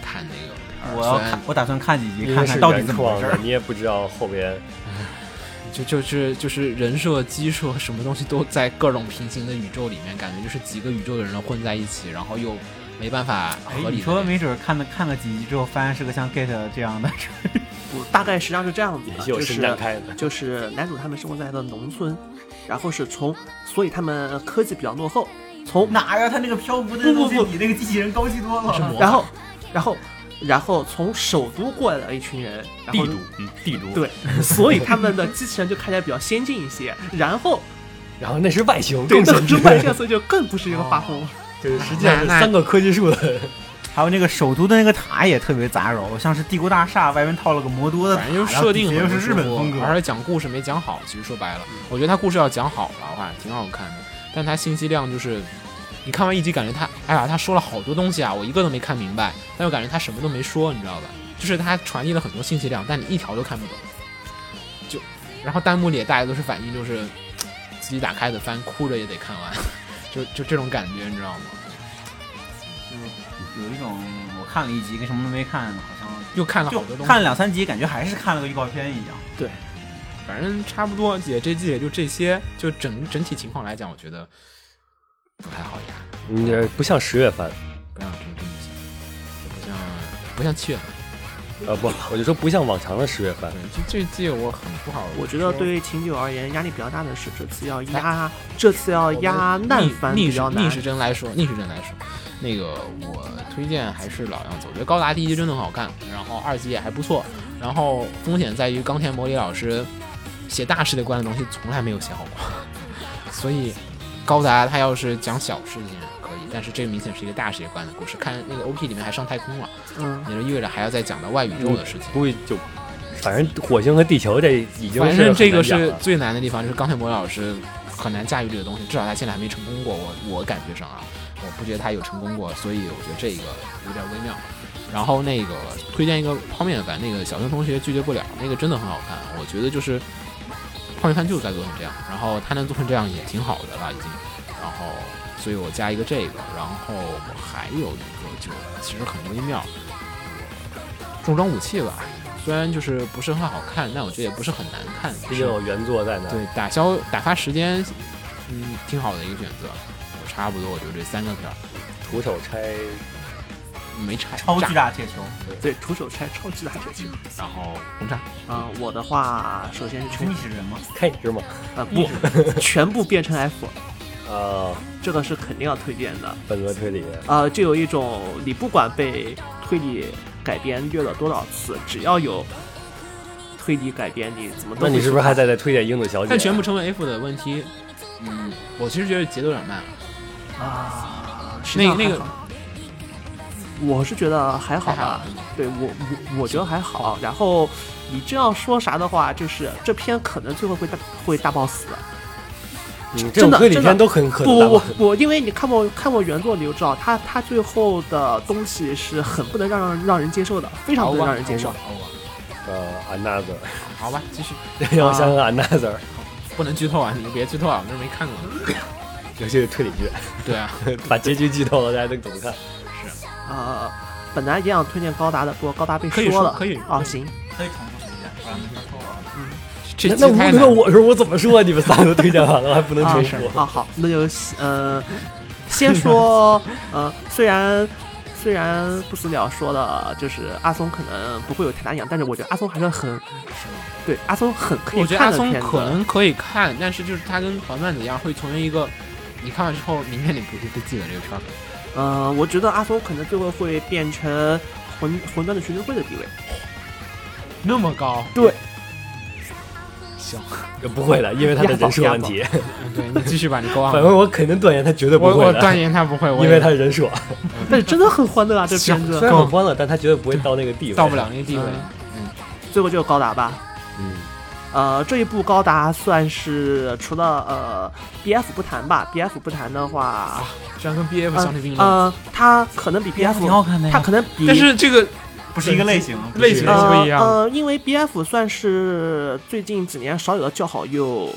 看那个片儿。我要虽看然，我打算看几集，因看为是看到底原怎么创回事的，儿。你也不知道后边就就是就是人设、机设什么东西都在各种平行的宇宙里面，感觉就是几个宇宙的人混在一起，然后又没办法哎合，理你地。说没准儿看了看了几集之后，发现是个像 Gate 这样的，我大概实际上是这样子也的，是有啊就伸是展开 的。就是男主他们生活在一个农村，然后是从，所以他们科技比较落后，从 哪呀？它 那个漂浮的不不东西不比那个机器人高级多是了。魔然后，然后，然后从首都过来的一群人，然帝后都，嗯，帝都。对，所以他们的机器人就看起来比较先进一些，然后然后那是外形，对更那神奇之，外这次就更不是一个画哦风。 就是实际上是那那三个科技树的。还有那个首都的那个塔也特别杂糅，像是帝国大厦外面套了个魔多的塔，反正就是设定然后很底下不又是日本舒服风格，嗯而且讲故事没讲好。其实说白了，我觉得他故事要讲好了话，挺好看的。但他信息量就是，你看完一集感觉他，哎呀，他说了好多东西啊，我一个都没看明白。但又感觉他什么都没说，你知道吧？就是他传递了很多信息量，但你一条都看不懂。就，然后弹幕里也大家都是反应就是，自己打开的翻，哭着也得看完， 就就这种感觉，你知道吗？有一种我看了一集跟什么都没看，好像又看了好多就东西，看了两三集，感觉还是看了个预告片一样。反正差不多，姐这季也就这些。就整整体情况来讲，我觉得不太好看。你这不像十月份，不像这么这么想，不像不像七月份，呃，不，我就说不像往常的十月番。对，这这季我很不好说。我觉得对于秦九而言，压力比较大的是这次要压，这次要压哎我们呃难逆番逆比时较难逆。时针来说，逆时针来说，那个我推荐还是老样子。我觉得高达第一季真的很好看，然后二季也还不错，然后风险在于冈田模里老师写大世界观的东西从来没有写好过， 所以高达他要是讲小事情可以，但是这明显是一个大世界观的故事。看那个 OP 里面还上太空了，嗯，也就意味着还要再讲到外宇宙的事情。估计就，反正火星和地球这已经反是正很这个难讲是了最难的地方，就是钢铁魔老师很难驾驭这个东西，至少他现在还没成功过。我我感觉上啊，我不觉得他有成功过，所以我觉得这个有点微妙。然后那个推荐一个泡面番，那个小熊同学拒绝不了，那个真的很好看，我觉得就是泡面番就是该做成这样，然后他能做成这样也挺好的了已经。然后所以我加一个这个，然后我还有一个就其实很微妙，重装武器吧。虽然就是不是很好看，但我觉得也不是很难看。毕竟有原作在那。对，打消打发时间，嗯，挺好的一个选择。我差不多，我就这三个片儿徒手拆，没差。超炸巨，大铁球，对，徒手拆超级大铁球。然后轰炸，啊、我的话首先是是全逆时针吗？嘿，是吗？啊、不，全部变成 F，啊，这个是肯定要推荐的。本格推理，呃，就有一种你不管被推理改编虐了多少次，只要有推理改编，你怎么都那你会是不是还在在推荐英子小姐？啊但全部成为 F 的问题，嗯，我其实觉得节奏有点慢。啊？那个实际上还那个好，我是觉得还好还好吧。对我我我觉得还好。然后你这样说啥的话，就是这篇可能最后会大会大 boss 的。你这种真的推理真的片都很可能不大不爆。不不，因为你看过看过原作，你就知道他他最后的东西是很不能让让让人接受的，非常好不能吧，让人接受好。吧，呃，another，好吧，继续，让我想想 another，不能剧透啊！你们别剧透啊，我这没看过。尤其是推理剧，对啊，把结局剧透了，大家都怎么看？呃，本来也想推荐高达的，不过高达被可以说了，可以啊，行，可以重复一下，不然没错啊。这那季那我太那难。我说我怎么说啊？你们仨都推荐完了，还不能啊重是复？啊，好，那就呃，先 说呃，虽然。虽然不死鸟说的就是阿松可能不会有太大影响，但是我觉得阿松还是很，对阿松很可以我觉得阿看的松片子。可能可以看，但是就是他跟团漫子一样，会成为一个你看完之后，明天你不会记得这个片儿。呃，我觉得阿松可能最后会变成魂魂断的群众会的 地位。那么高？对，行， 不会的，因为他的人设问题。对你继续吧，你勾 反啊。正我肯定断言他绝对不我会我的，断言他不会，我因为也他的人设但是真的很欢乐啊，这行片虽子。然很欢乐，但他绝对不会到那个地位。到不了。那个地位。最后就是高达吧，嗯，呃，这一部高达算是除了呃 B F 不谈吧，B F 不谈的话，居然跟 B F 相提并论，呃，它可能比 B BF F 挺好看的呀它可能比啊但是这个不是一个类型，不是类型一个不呃一样呃，因为 B F 算是最近几年少有的叫好又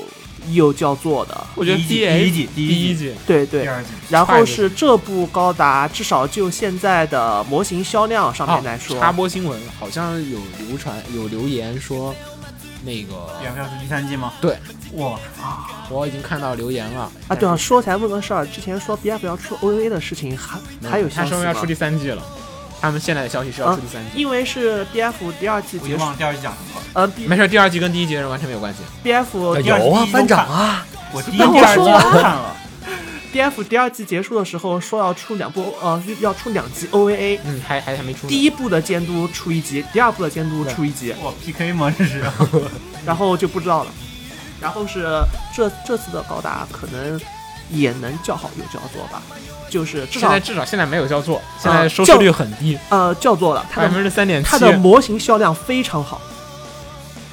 又叫座的，我觉得第一季 D A 第一季第第一季一季对第对。二季然差一后个是这部高达，至少就现在的模型销量上面来说，哦插播新闻，好像有流传有留言说那个。第二季是第三季吗？对，哇，我已经看到留言了啊，对啊，说起来问个事儿，之前说 B F 要出 O A 的事情，还但是还有消嗯他息说吗嗯要？出第三季了，他们现在的消息是要出第三季。因为是 B F 第二季我就结束忘，了第二季讲什么了。呃，B 没事，第二季跟第一季是完全没有关系。 B 哦 F 第二季有啊，第一班季都长看啊，我第一、那我第二季说都完了看了， D F 第二季结束的时候说要出两部，呃，要出两集 O A A，嗯，还还还没出呢。第一部的监督出一集，第二部的监督出一集，我 PK 吗？这是然后就不知道了。然后是这这次的高达可能也能叫好又叫座吧，就是现至少在至少现在没有叫座，现啊在收视率很低，呃叫座了，它百的分之三点七。它的模型销量非常好，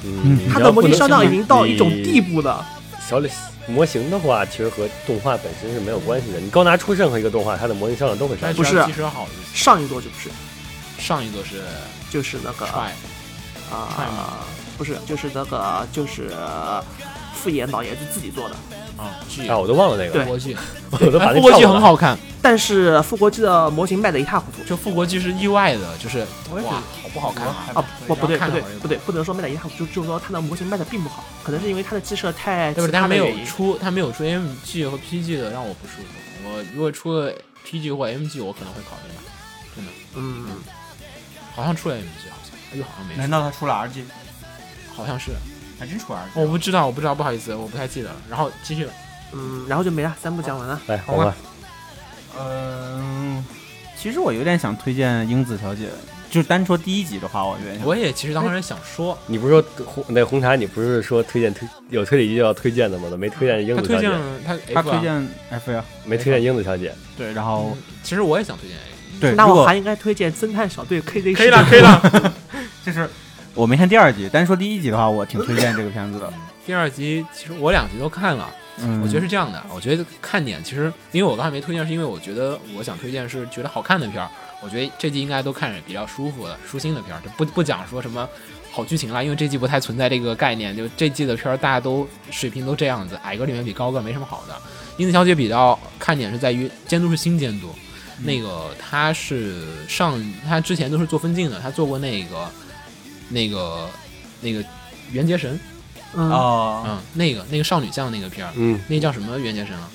嗯它的模型销量已经到你一种地步了。小李模型的话，其实和动画本身是没有关系的。你高拿出任何一个动画，它的模型销量都会上但去。不是汽车好就行，上一座就不是，上一个是就是那个 try，踹吗啊，不是，就是那个就是傅岩老爷子自己做的。啊，G 啊，我都忘了那个，对国际， 我都把哎复那国跳际过很了。好看，但是复国机的模型卖得一塌糊涂就复国际是意外的，就是我也觉哇，得好不好 看啊？啊！不不对然后看不对了会儿不对，不能说卖得一塌糊涂，就就是说它的模型卖得并不好，可能是因为它的机设太对不其对？他他的没原有因。出，他没有出 MG 和 PG 的，让我不舒服。我如果出了啊 PG 或 MG，我可能会考虑买。嗯，好像出了 MG，好像哎呦，好像没难出，道他出了 RG？好像是，哎还真出 RG？我不知道，我不知道，不好意思，我不太记得了。然后继续吧，嗯，然后就没了，三部讲完了。来，好红吧啊，嗯，其实我有点想推荐《英子小姐》，就是单说第一集的话，我有点想我也其实当时想说，你不是说红那红茶，你不是说推荐推有推理就要推荐的吗？怎么没推荐英他子小推荐姐？了他他 F 推啊，荐 F 呀，没推荐英子小姐，对，然后其实我也想推荐 A，对，嗯那如我果还应该推荐侦探小队 KZ。可以了，可以了。就是我没看第二集，单说第一集的话，我挺推荐这个片 子的。第二集其实我两集都看了，嗯，我觉得是这样的，我觉得看点其实，因为我刚才没推荐，是因为我觉得我想推荐是觉得好看的片儿，我觉得这季应该都看着比较舒服的、舒心的片儿，就不不讲说什么好剧情啦，因为这季不太存在这个概念，就这季的片儿大家都水平都这样子，矮个里面比高个没什么好的。英子小姐比较看点是在于监督是新监督，那个他是上他之前都是做分镜的，他做过那个那个那个袁结神，嗯，哦，嗯，那个那个少女像那个片儿，嗯，那叫什么袁结神啊？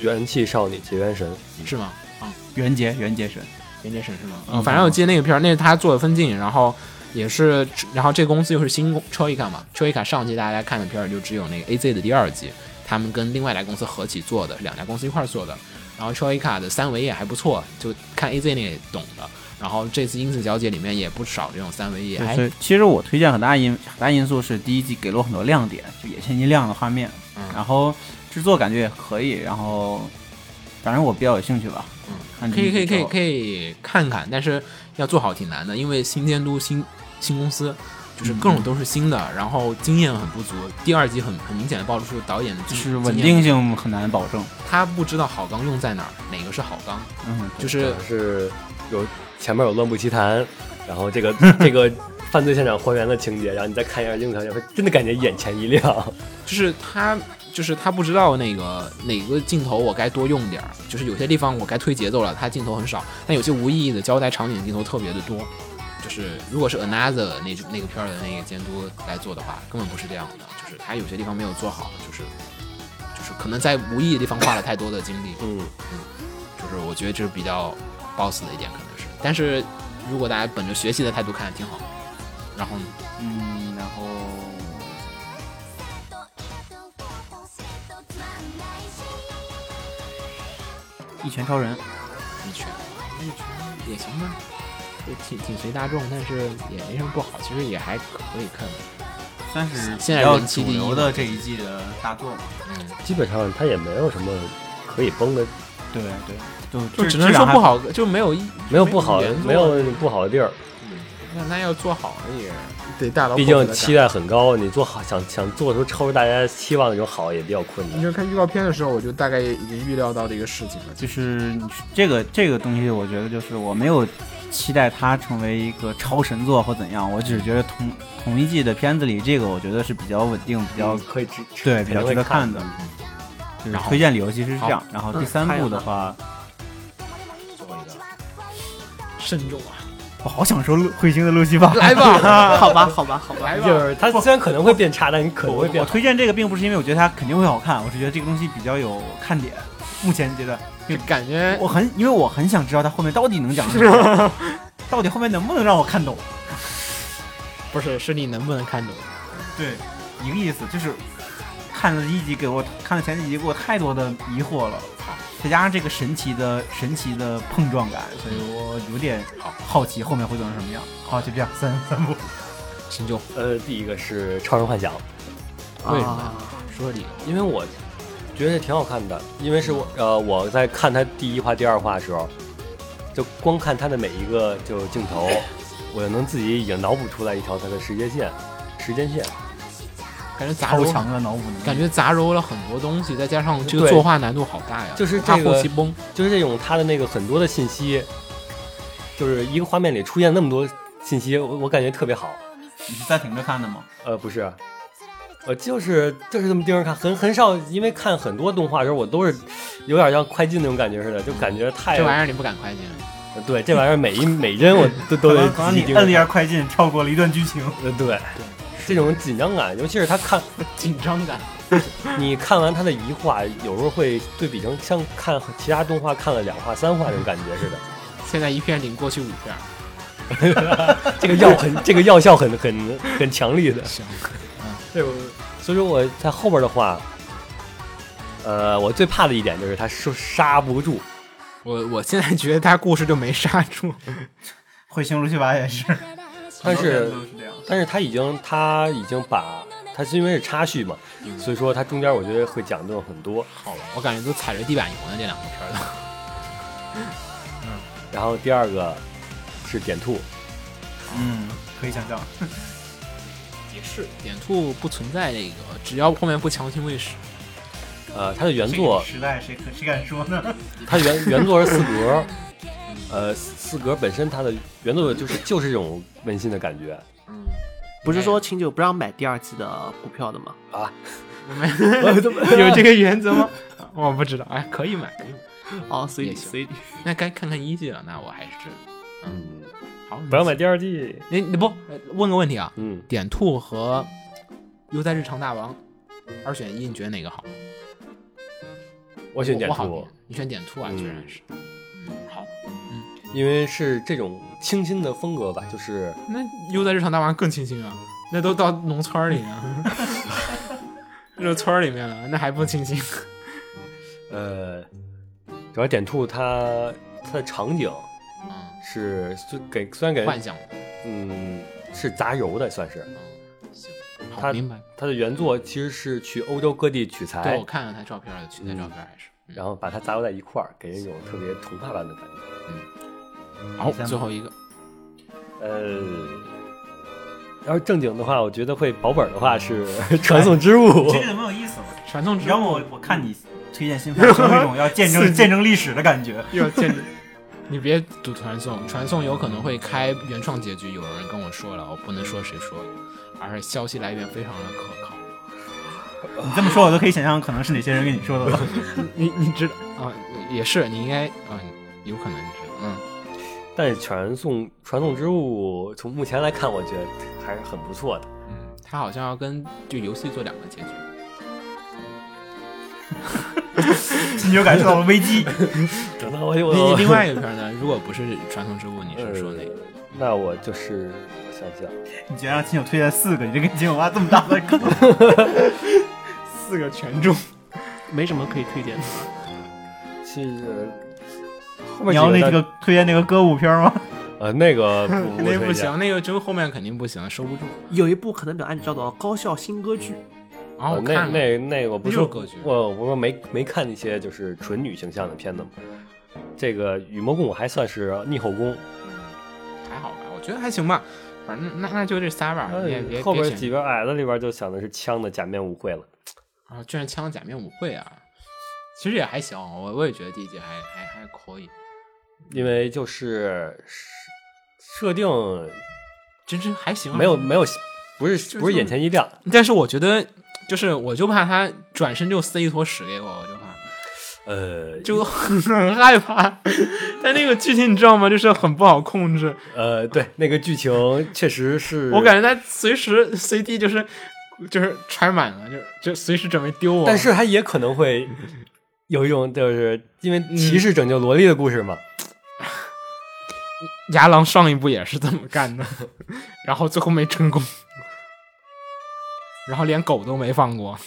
元气少女结缘神，是吗？啊，袁杰，袁杰神，袁杰神是吗？嗯反正我记得那个片儿，那是他做的分镜，然后也是，然后这公司又是新公车一卡嘛，车一卡上季大家看的片儿就只有那个 AZ 的第二季，他们跟另外一家公司合起做的，两家公司一块儿做的。然后车一卡的三维也还不错，就看 AZ 那个也懂的。然后这次《英子小姐》里面也不少这种三维，也还对所以其实我推荐很大因很大因素是第一季给了我很多亮点，就野千金亮的画面，嗯然后制作感觉也可以，然后反正我比较有兴趣吧。嗯看可以可以可以以，可以看看，但是要做好挺难的，因为新监督新新公司，就是各嗯种都是新的，然后经验很不足。第二集很很明显的暴露出导演的就经是经稳验定性很难保证。他不知道好钢用在哪儿，哪个是好钢，嗯，对就是是有前面有乱步奇谭，然后这个这 个犯罪现场还原的情节，然后你再看一下英子小姐，会真的感觉眼前一亮。就是他就是他不知道那个哪个镜头我该多用点儿，就是有些地方我该推节奏了，他镜头很少，但有些无意义的交代场景镜头特别的多。就是如果是 Another 那那个片儿的那个监督来做的话，根本不是这样的，就是他有些地方没有做好，就是就是可能在无意义的地方花了太多的精力。嗯，就是我觉得这是比较 boss 的一点，可能是。但是如果大家本着学习的态度看，挺好。然后呢嗯，然后一拳超人，一拳，一拳也行吧，就挺挺随大众，但是也没什么不好，其实也还可以看的。算是现在比较人气主第一流嘛的这一季的大作嘛。嗯，基本上它也没有什么可以崩的，对对，就就质只能质说量还不好，就没有一没有不好的，没。原作有不好的地儿。嗯那那要做好了也得大刀毕阔斧竟地期干。待很高，你做好想想做出超出大家期望的那种好也比较困你难。就看预告片的时候，我就大概已经预料到这个事情了。就是你这个这个东西，我觉得就是我没有期待它成为一个超神作或怎样，我只是觉得同同一季的片子里，这个我觉得是比较稳定、比较可以值对比较值得看。肯定会的。就是然后推荐理由其实是这样好。然后嗯第三还有部的呢话，做一个慎重啊，我好享受陆彗星的路 西法。 来 吧，好吧，好吧，好吧。来吧，就是它虽然可能会变差，但你可能我会变我好。推荐这个，并不是因为我觉得它肯定会好看，我是觉得这个东西比较有看点。目前觉得就感觉我很，因为我很想知道它后面到底能讲什么， 到底后面能不能让我看懂。不是是你能不能看懂？对，一个意思，就是看了一集给我看了前几集给我太多的疑惑了，再加上这个神奇的神奇的碰撞感，所以我有点好奇后面会变成什么样。好，就这样，三三部。慎重，呃，第一个是《超人幻想》，为什么啊说理由。因为我觉得挺好看的，因为是我呃我在看它第一话、第二话的时候，就光看它的每一个就镜头，我就能自己已经脑补出来一条它的时间线，时间线。感觉杂超糅强的脑补能力，感觉杂糅了很多东西，再加上这个对作画难度好大呀，就是怕这个后期崩。就是这种它的那个很多的信息，就是一个画面里出现那么多信息，我我感觉特别好。你是暂停着看的吗？呃，不是，呃，就是就是这么盯着看，很很少，因为看很多动画的时候，我都是有点像快进那种感觉似的，就感觉太这玩意儿你不敢快进，呃对这玩意儿每一每帧我都都可得能可能仔细你盯摁了着一看。下快进，跳过了一段剧情。呃，对，这种紧张感，尤其是他看紧张感。你看完他的一话，有时候会对比成像看其他动画看了两话、三话那种感觉似的。现在一片顶过去五片儿，这个药很，这个药效很很很强力 的。行，对，我所以说我在后边的话，呃，我最怕的一点就是他是刹不嗯住，我我现在觉得他故事就没刹住， 彗星路西法也是，但很多是人都是这样。但是他已经他已经把他是因为是插叙嘛，嗯所以说他中间我觉得会讲论很多。好吧，我感觉都踩着地板油呢，这两个片儿都。然后第二个是点兔，嗯，可以想象。也是， 点兔不存在这个，只要后面不强行喂食，呃，他的原作这个时代谁可谁敢说 呢？它原原作是四 格，呃，四格本身它的原作就是就是这种温馨的感觉 嗯不是哎说秦九不让买第二季的股票的吗？啊。有这个原 则吗？我不知道，哎，可以买，可以买。哦，随也你行随你。 那该看看一季了，那我还是嗯，好，不要买。第二季。你你不呃问个问题啊？嗯，点兔和悠哉日常大王二选一，你觉得哪个好？我选点我好兔，你选点兔啊，嗯居然是。嗯，好，因为是这种清新的风格吧，就是那悠哉日常大王更清新啊，那都到农村儿里 呢，这村儿里面了，那还不清新？呃，主要点兔它它的场景嗯，是虽给虽然给幻想。嗯是杂糅的，算是嗯，行，好，他明白。它的原作其实是去欧洲各地取对，材我，看了他照片了，取材照片还是。嗯然后把它杂糅在一块儿，给人一种特别童话般的感觉。好，嗯最后一个，呃，要是正经的话，我觉得会保本的话是传送之物 这。个就没有意思了。传送你之让我我看你推荐新番，有一种要见 证见证历史的感觉。又要见证。你别赌传送，传送有可能会开原创结局。有人跟我说了，我不能说谁说的，而且消息来源非常的可靠。你这么说，我都可以想象可能是哪些人跟你说的了。你你知道啊、也是，你应该啊、有可能是嗯，但是传送传送之物，从目前来看，我觉得还是很不错的。嗯，他好像要跟就游戏做两个结局。你就感受到了危机。等到 我有另另外一个片儿呢，如果不是传送之物，你是说哪个？呃那我就是我想想，你居然让亲友推荐四个，你这给亲友挖这么大的坑。四个全中。没什么可以推嗯荐的。其实后面你要几呢那个推荐那个歌舞片吗？ 呃那个 不那不推荐行，那个真后面肯定不行，收不住。有一部可能比较按照的高校新歌剧，然后啊呃我那看了，那那我不是又是歌剧我我不是没没看那些就是纯女形象的片子吗？这个《与魔共舞》还算是逆后宫，还好吧，我觉得还行吧。反正那那就这仨吧，你啊也别呃后别边选几边矮子里边就想的是枪的假面舞会了。啊，居然枪假面舞会啊，其实也还行，我我也觉得第一季还还还可以，因为就是设定真真还行啊、没有没有，不是啊就不是眼前一亮，但是我觉得就是我就怕他转身就塞一坨屎给我，我就怕。呃，就 很害怕， 但那个剧情你知道吗？就是很不好控制，呃，对，那个剧情确实是，我感觉他随时 随地就是就是揣满了，就就随时准备丢我。但是它也可能会有一种就是因嗯为骑士拯救萝莉的故事嘛，牙狼上一部也是这么干 的，然后最后没成功，然后连狗都没放 过。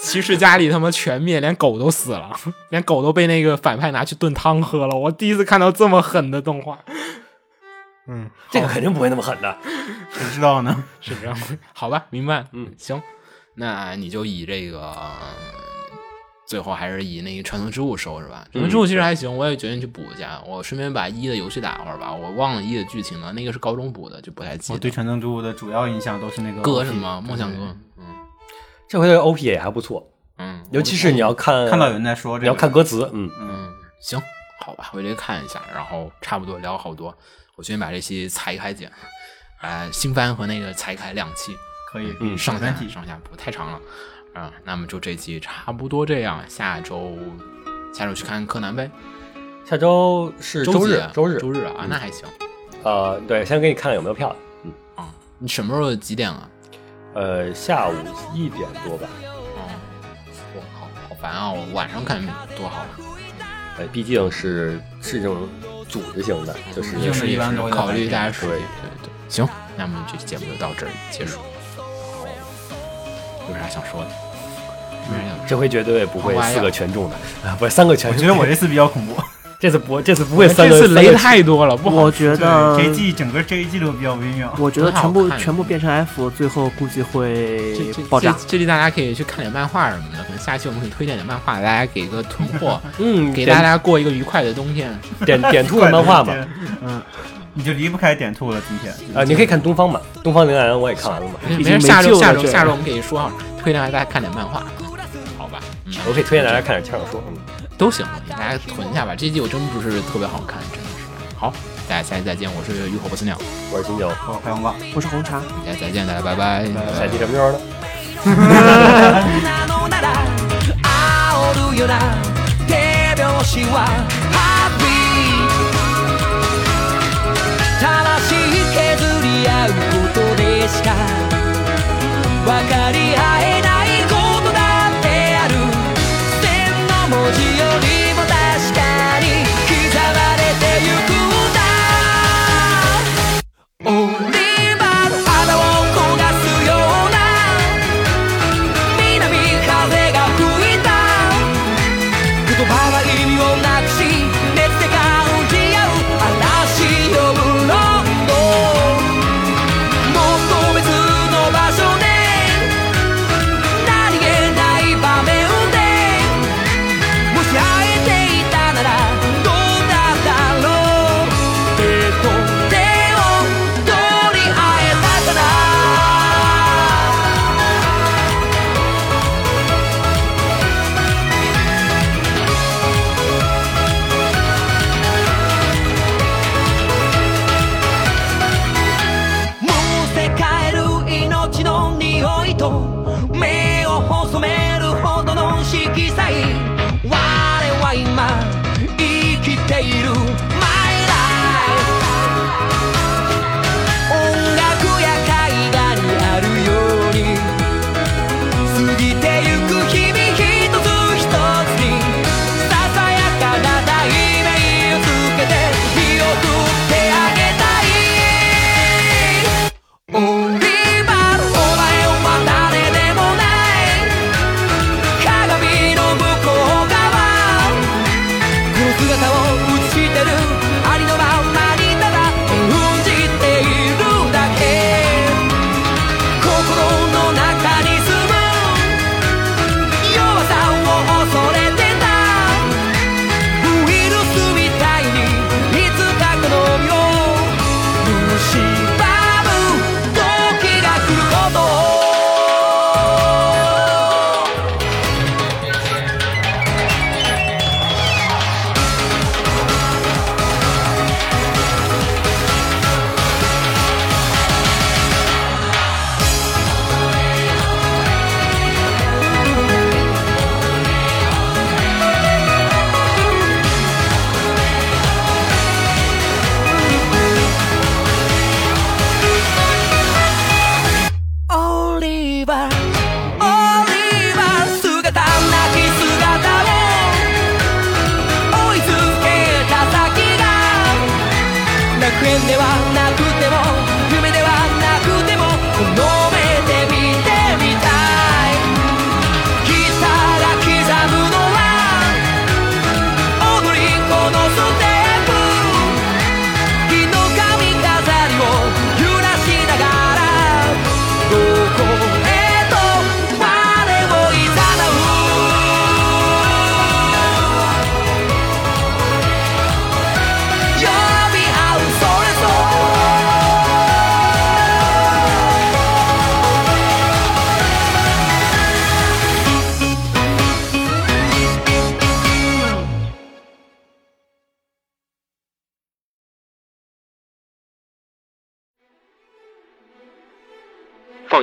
骑士家里他妈全灭，连狗都死了，连狗都被那个反派拿去炖汤喝了。我第一次看到这么狠的动画，这个肯定不会那么狠的。谁知道呢？是这样吗？好吧，明白。嗯，行，那你就以这个。最后还是以那个传送之物收是吧？传送之嗯物其实还行，我也决定去补一下。我顺便把一的游戏打一会儿吧，我忘了一的剧情了，那个是高中补的，就不太记我哦得。对传送之物的主要印象都是那个歌是吗？梦想歌。这回的 OP 也还不错，嗯，嗯尤其是你要看看到有人在说这你个，要看歌词，嗯，嗯，行，好吧，回去看一下，然后差不多聊好多。我决定把这期裁开剪，呃，新番和那个裁开两期，可以，嗯上下没问题上下不太长了。啊、那么就这期差不多这样，下周下周去看柯南呗。下周是周周几日啊，周日，嗯周日啊，那还行呃，对，先给你看看有没有票，啊。你什么时候几点了？呃，下午一点多吧。哦，我哎靠，好烦啊！我晚上看多好啊。呃，毕竟是是这种组织性的，就是用的一般都会考虑大家水对平。对对，行，那么这期节目就到这里结束。有啥想说的？有啥想说的这回绝对不会好玩呀四个全中的，啊，不是三个全我中。觉得我这次比较恐怖，这次不，这次不会三个。这次雷三个太多了，不好我觉得这一季整个这一季都比较微妙。我觉得不太全好部看全部变成 F，最后估计这会这爆炸这。这里大家可以去看点漫画什么的，可能下期我们可以推荐点漫画，大家给个囤 货，嗯，给点大家过一个愉快的冬天。点点兔的漫画嘛， 对，嗯，你就离不开点兔了。今天啊，你可以看东方嘛，东方铃兰我也看完了嘛，没已经没事，下周救了下周这下周我们可以说啊，推荐大家看点漫画，好吧？嗯，我可以推荐大家看点轻小说。嗯都行，大家囤一下吧。这季我真不是特别好看，真的是。好，大家下期再见，我是浴火不死鸟，我是金牛，我开红吧。我是红茶。大家再见，大家拜拜。下期什么时候呢？なのなら煽るよな手拍子はハッピー正しい削り合うことでしか分かり合えないことだってある線の文字よりも確かに刻まれてゆくんだオリバの肌を焦がすような南風が吹いた言葉は意味をなくし熱で感じ合う嵐呼ぶのもっと別の場所で何気ない場面でもし会えていたならどうだったろう手と手を取り合えたかなもう世界る命の匂いと目を細めるほどの色彩我は今生きている My life 音楽や絵画にあるように過ぎてゆく日々一つ一つにささやかな題名をつけて見送ってあげたいオリバルお前は誰でもない鏡の向こう側この姿を映してるありのままにただ演じているだけ心の中に住む弱さを恐れてたウイルスみたいにいつかこの身を蝕む時が来ることをオリバーオリバー姿なき姿を追い続けた先が楽園ではなくても夢ではなくても褒めてみてみたい膝が刻むのは踊り子のステップ「日の髪飾りを揺らしながら」「どこへと我をいざなう」「呼び合うそれぞ放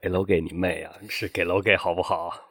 哎给楼给你妹啊，是给楼给好不好？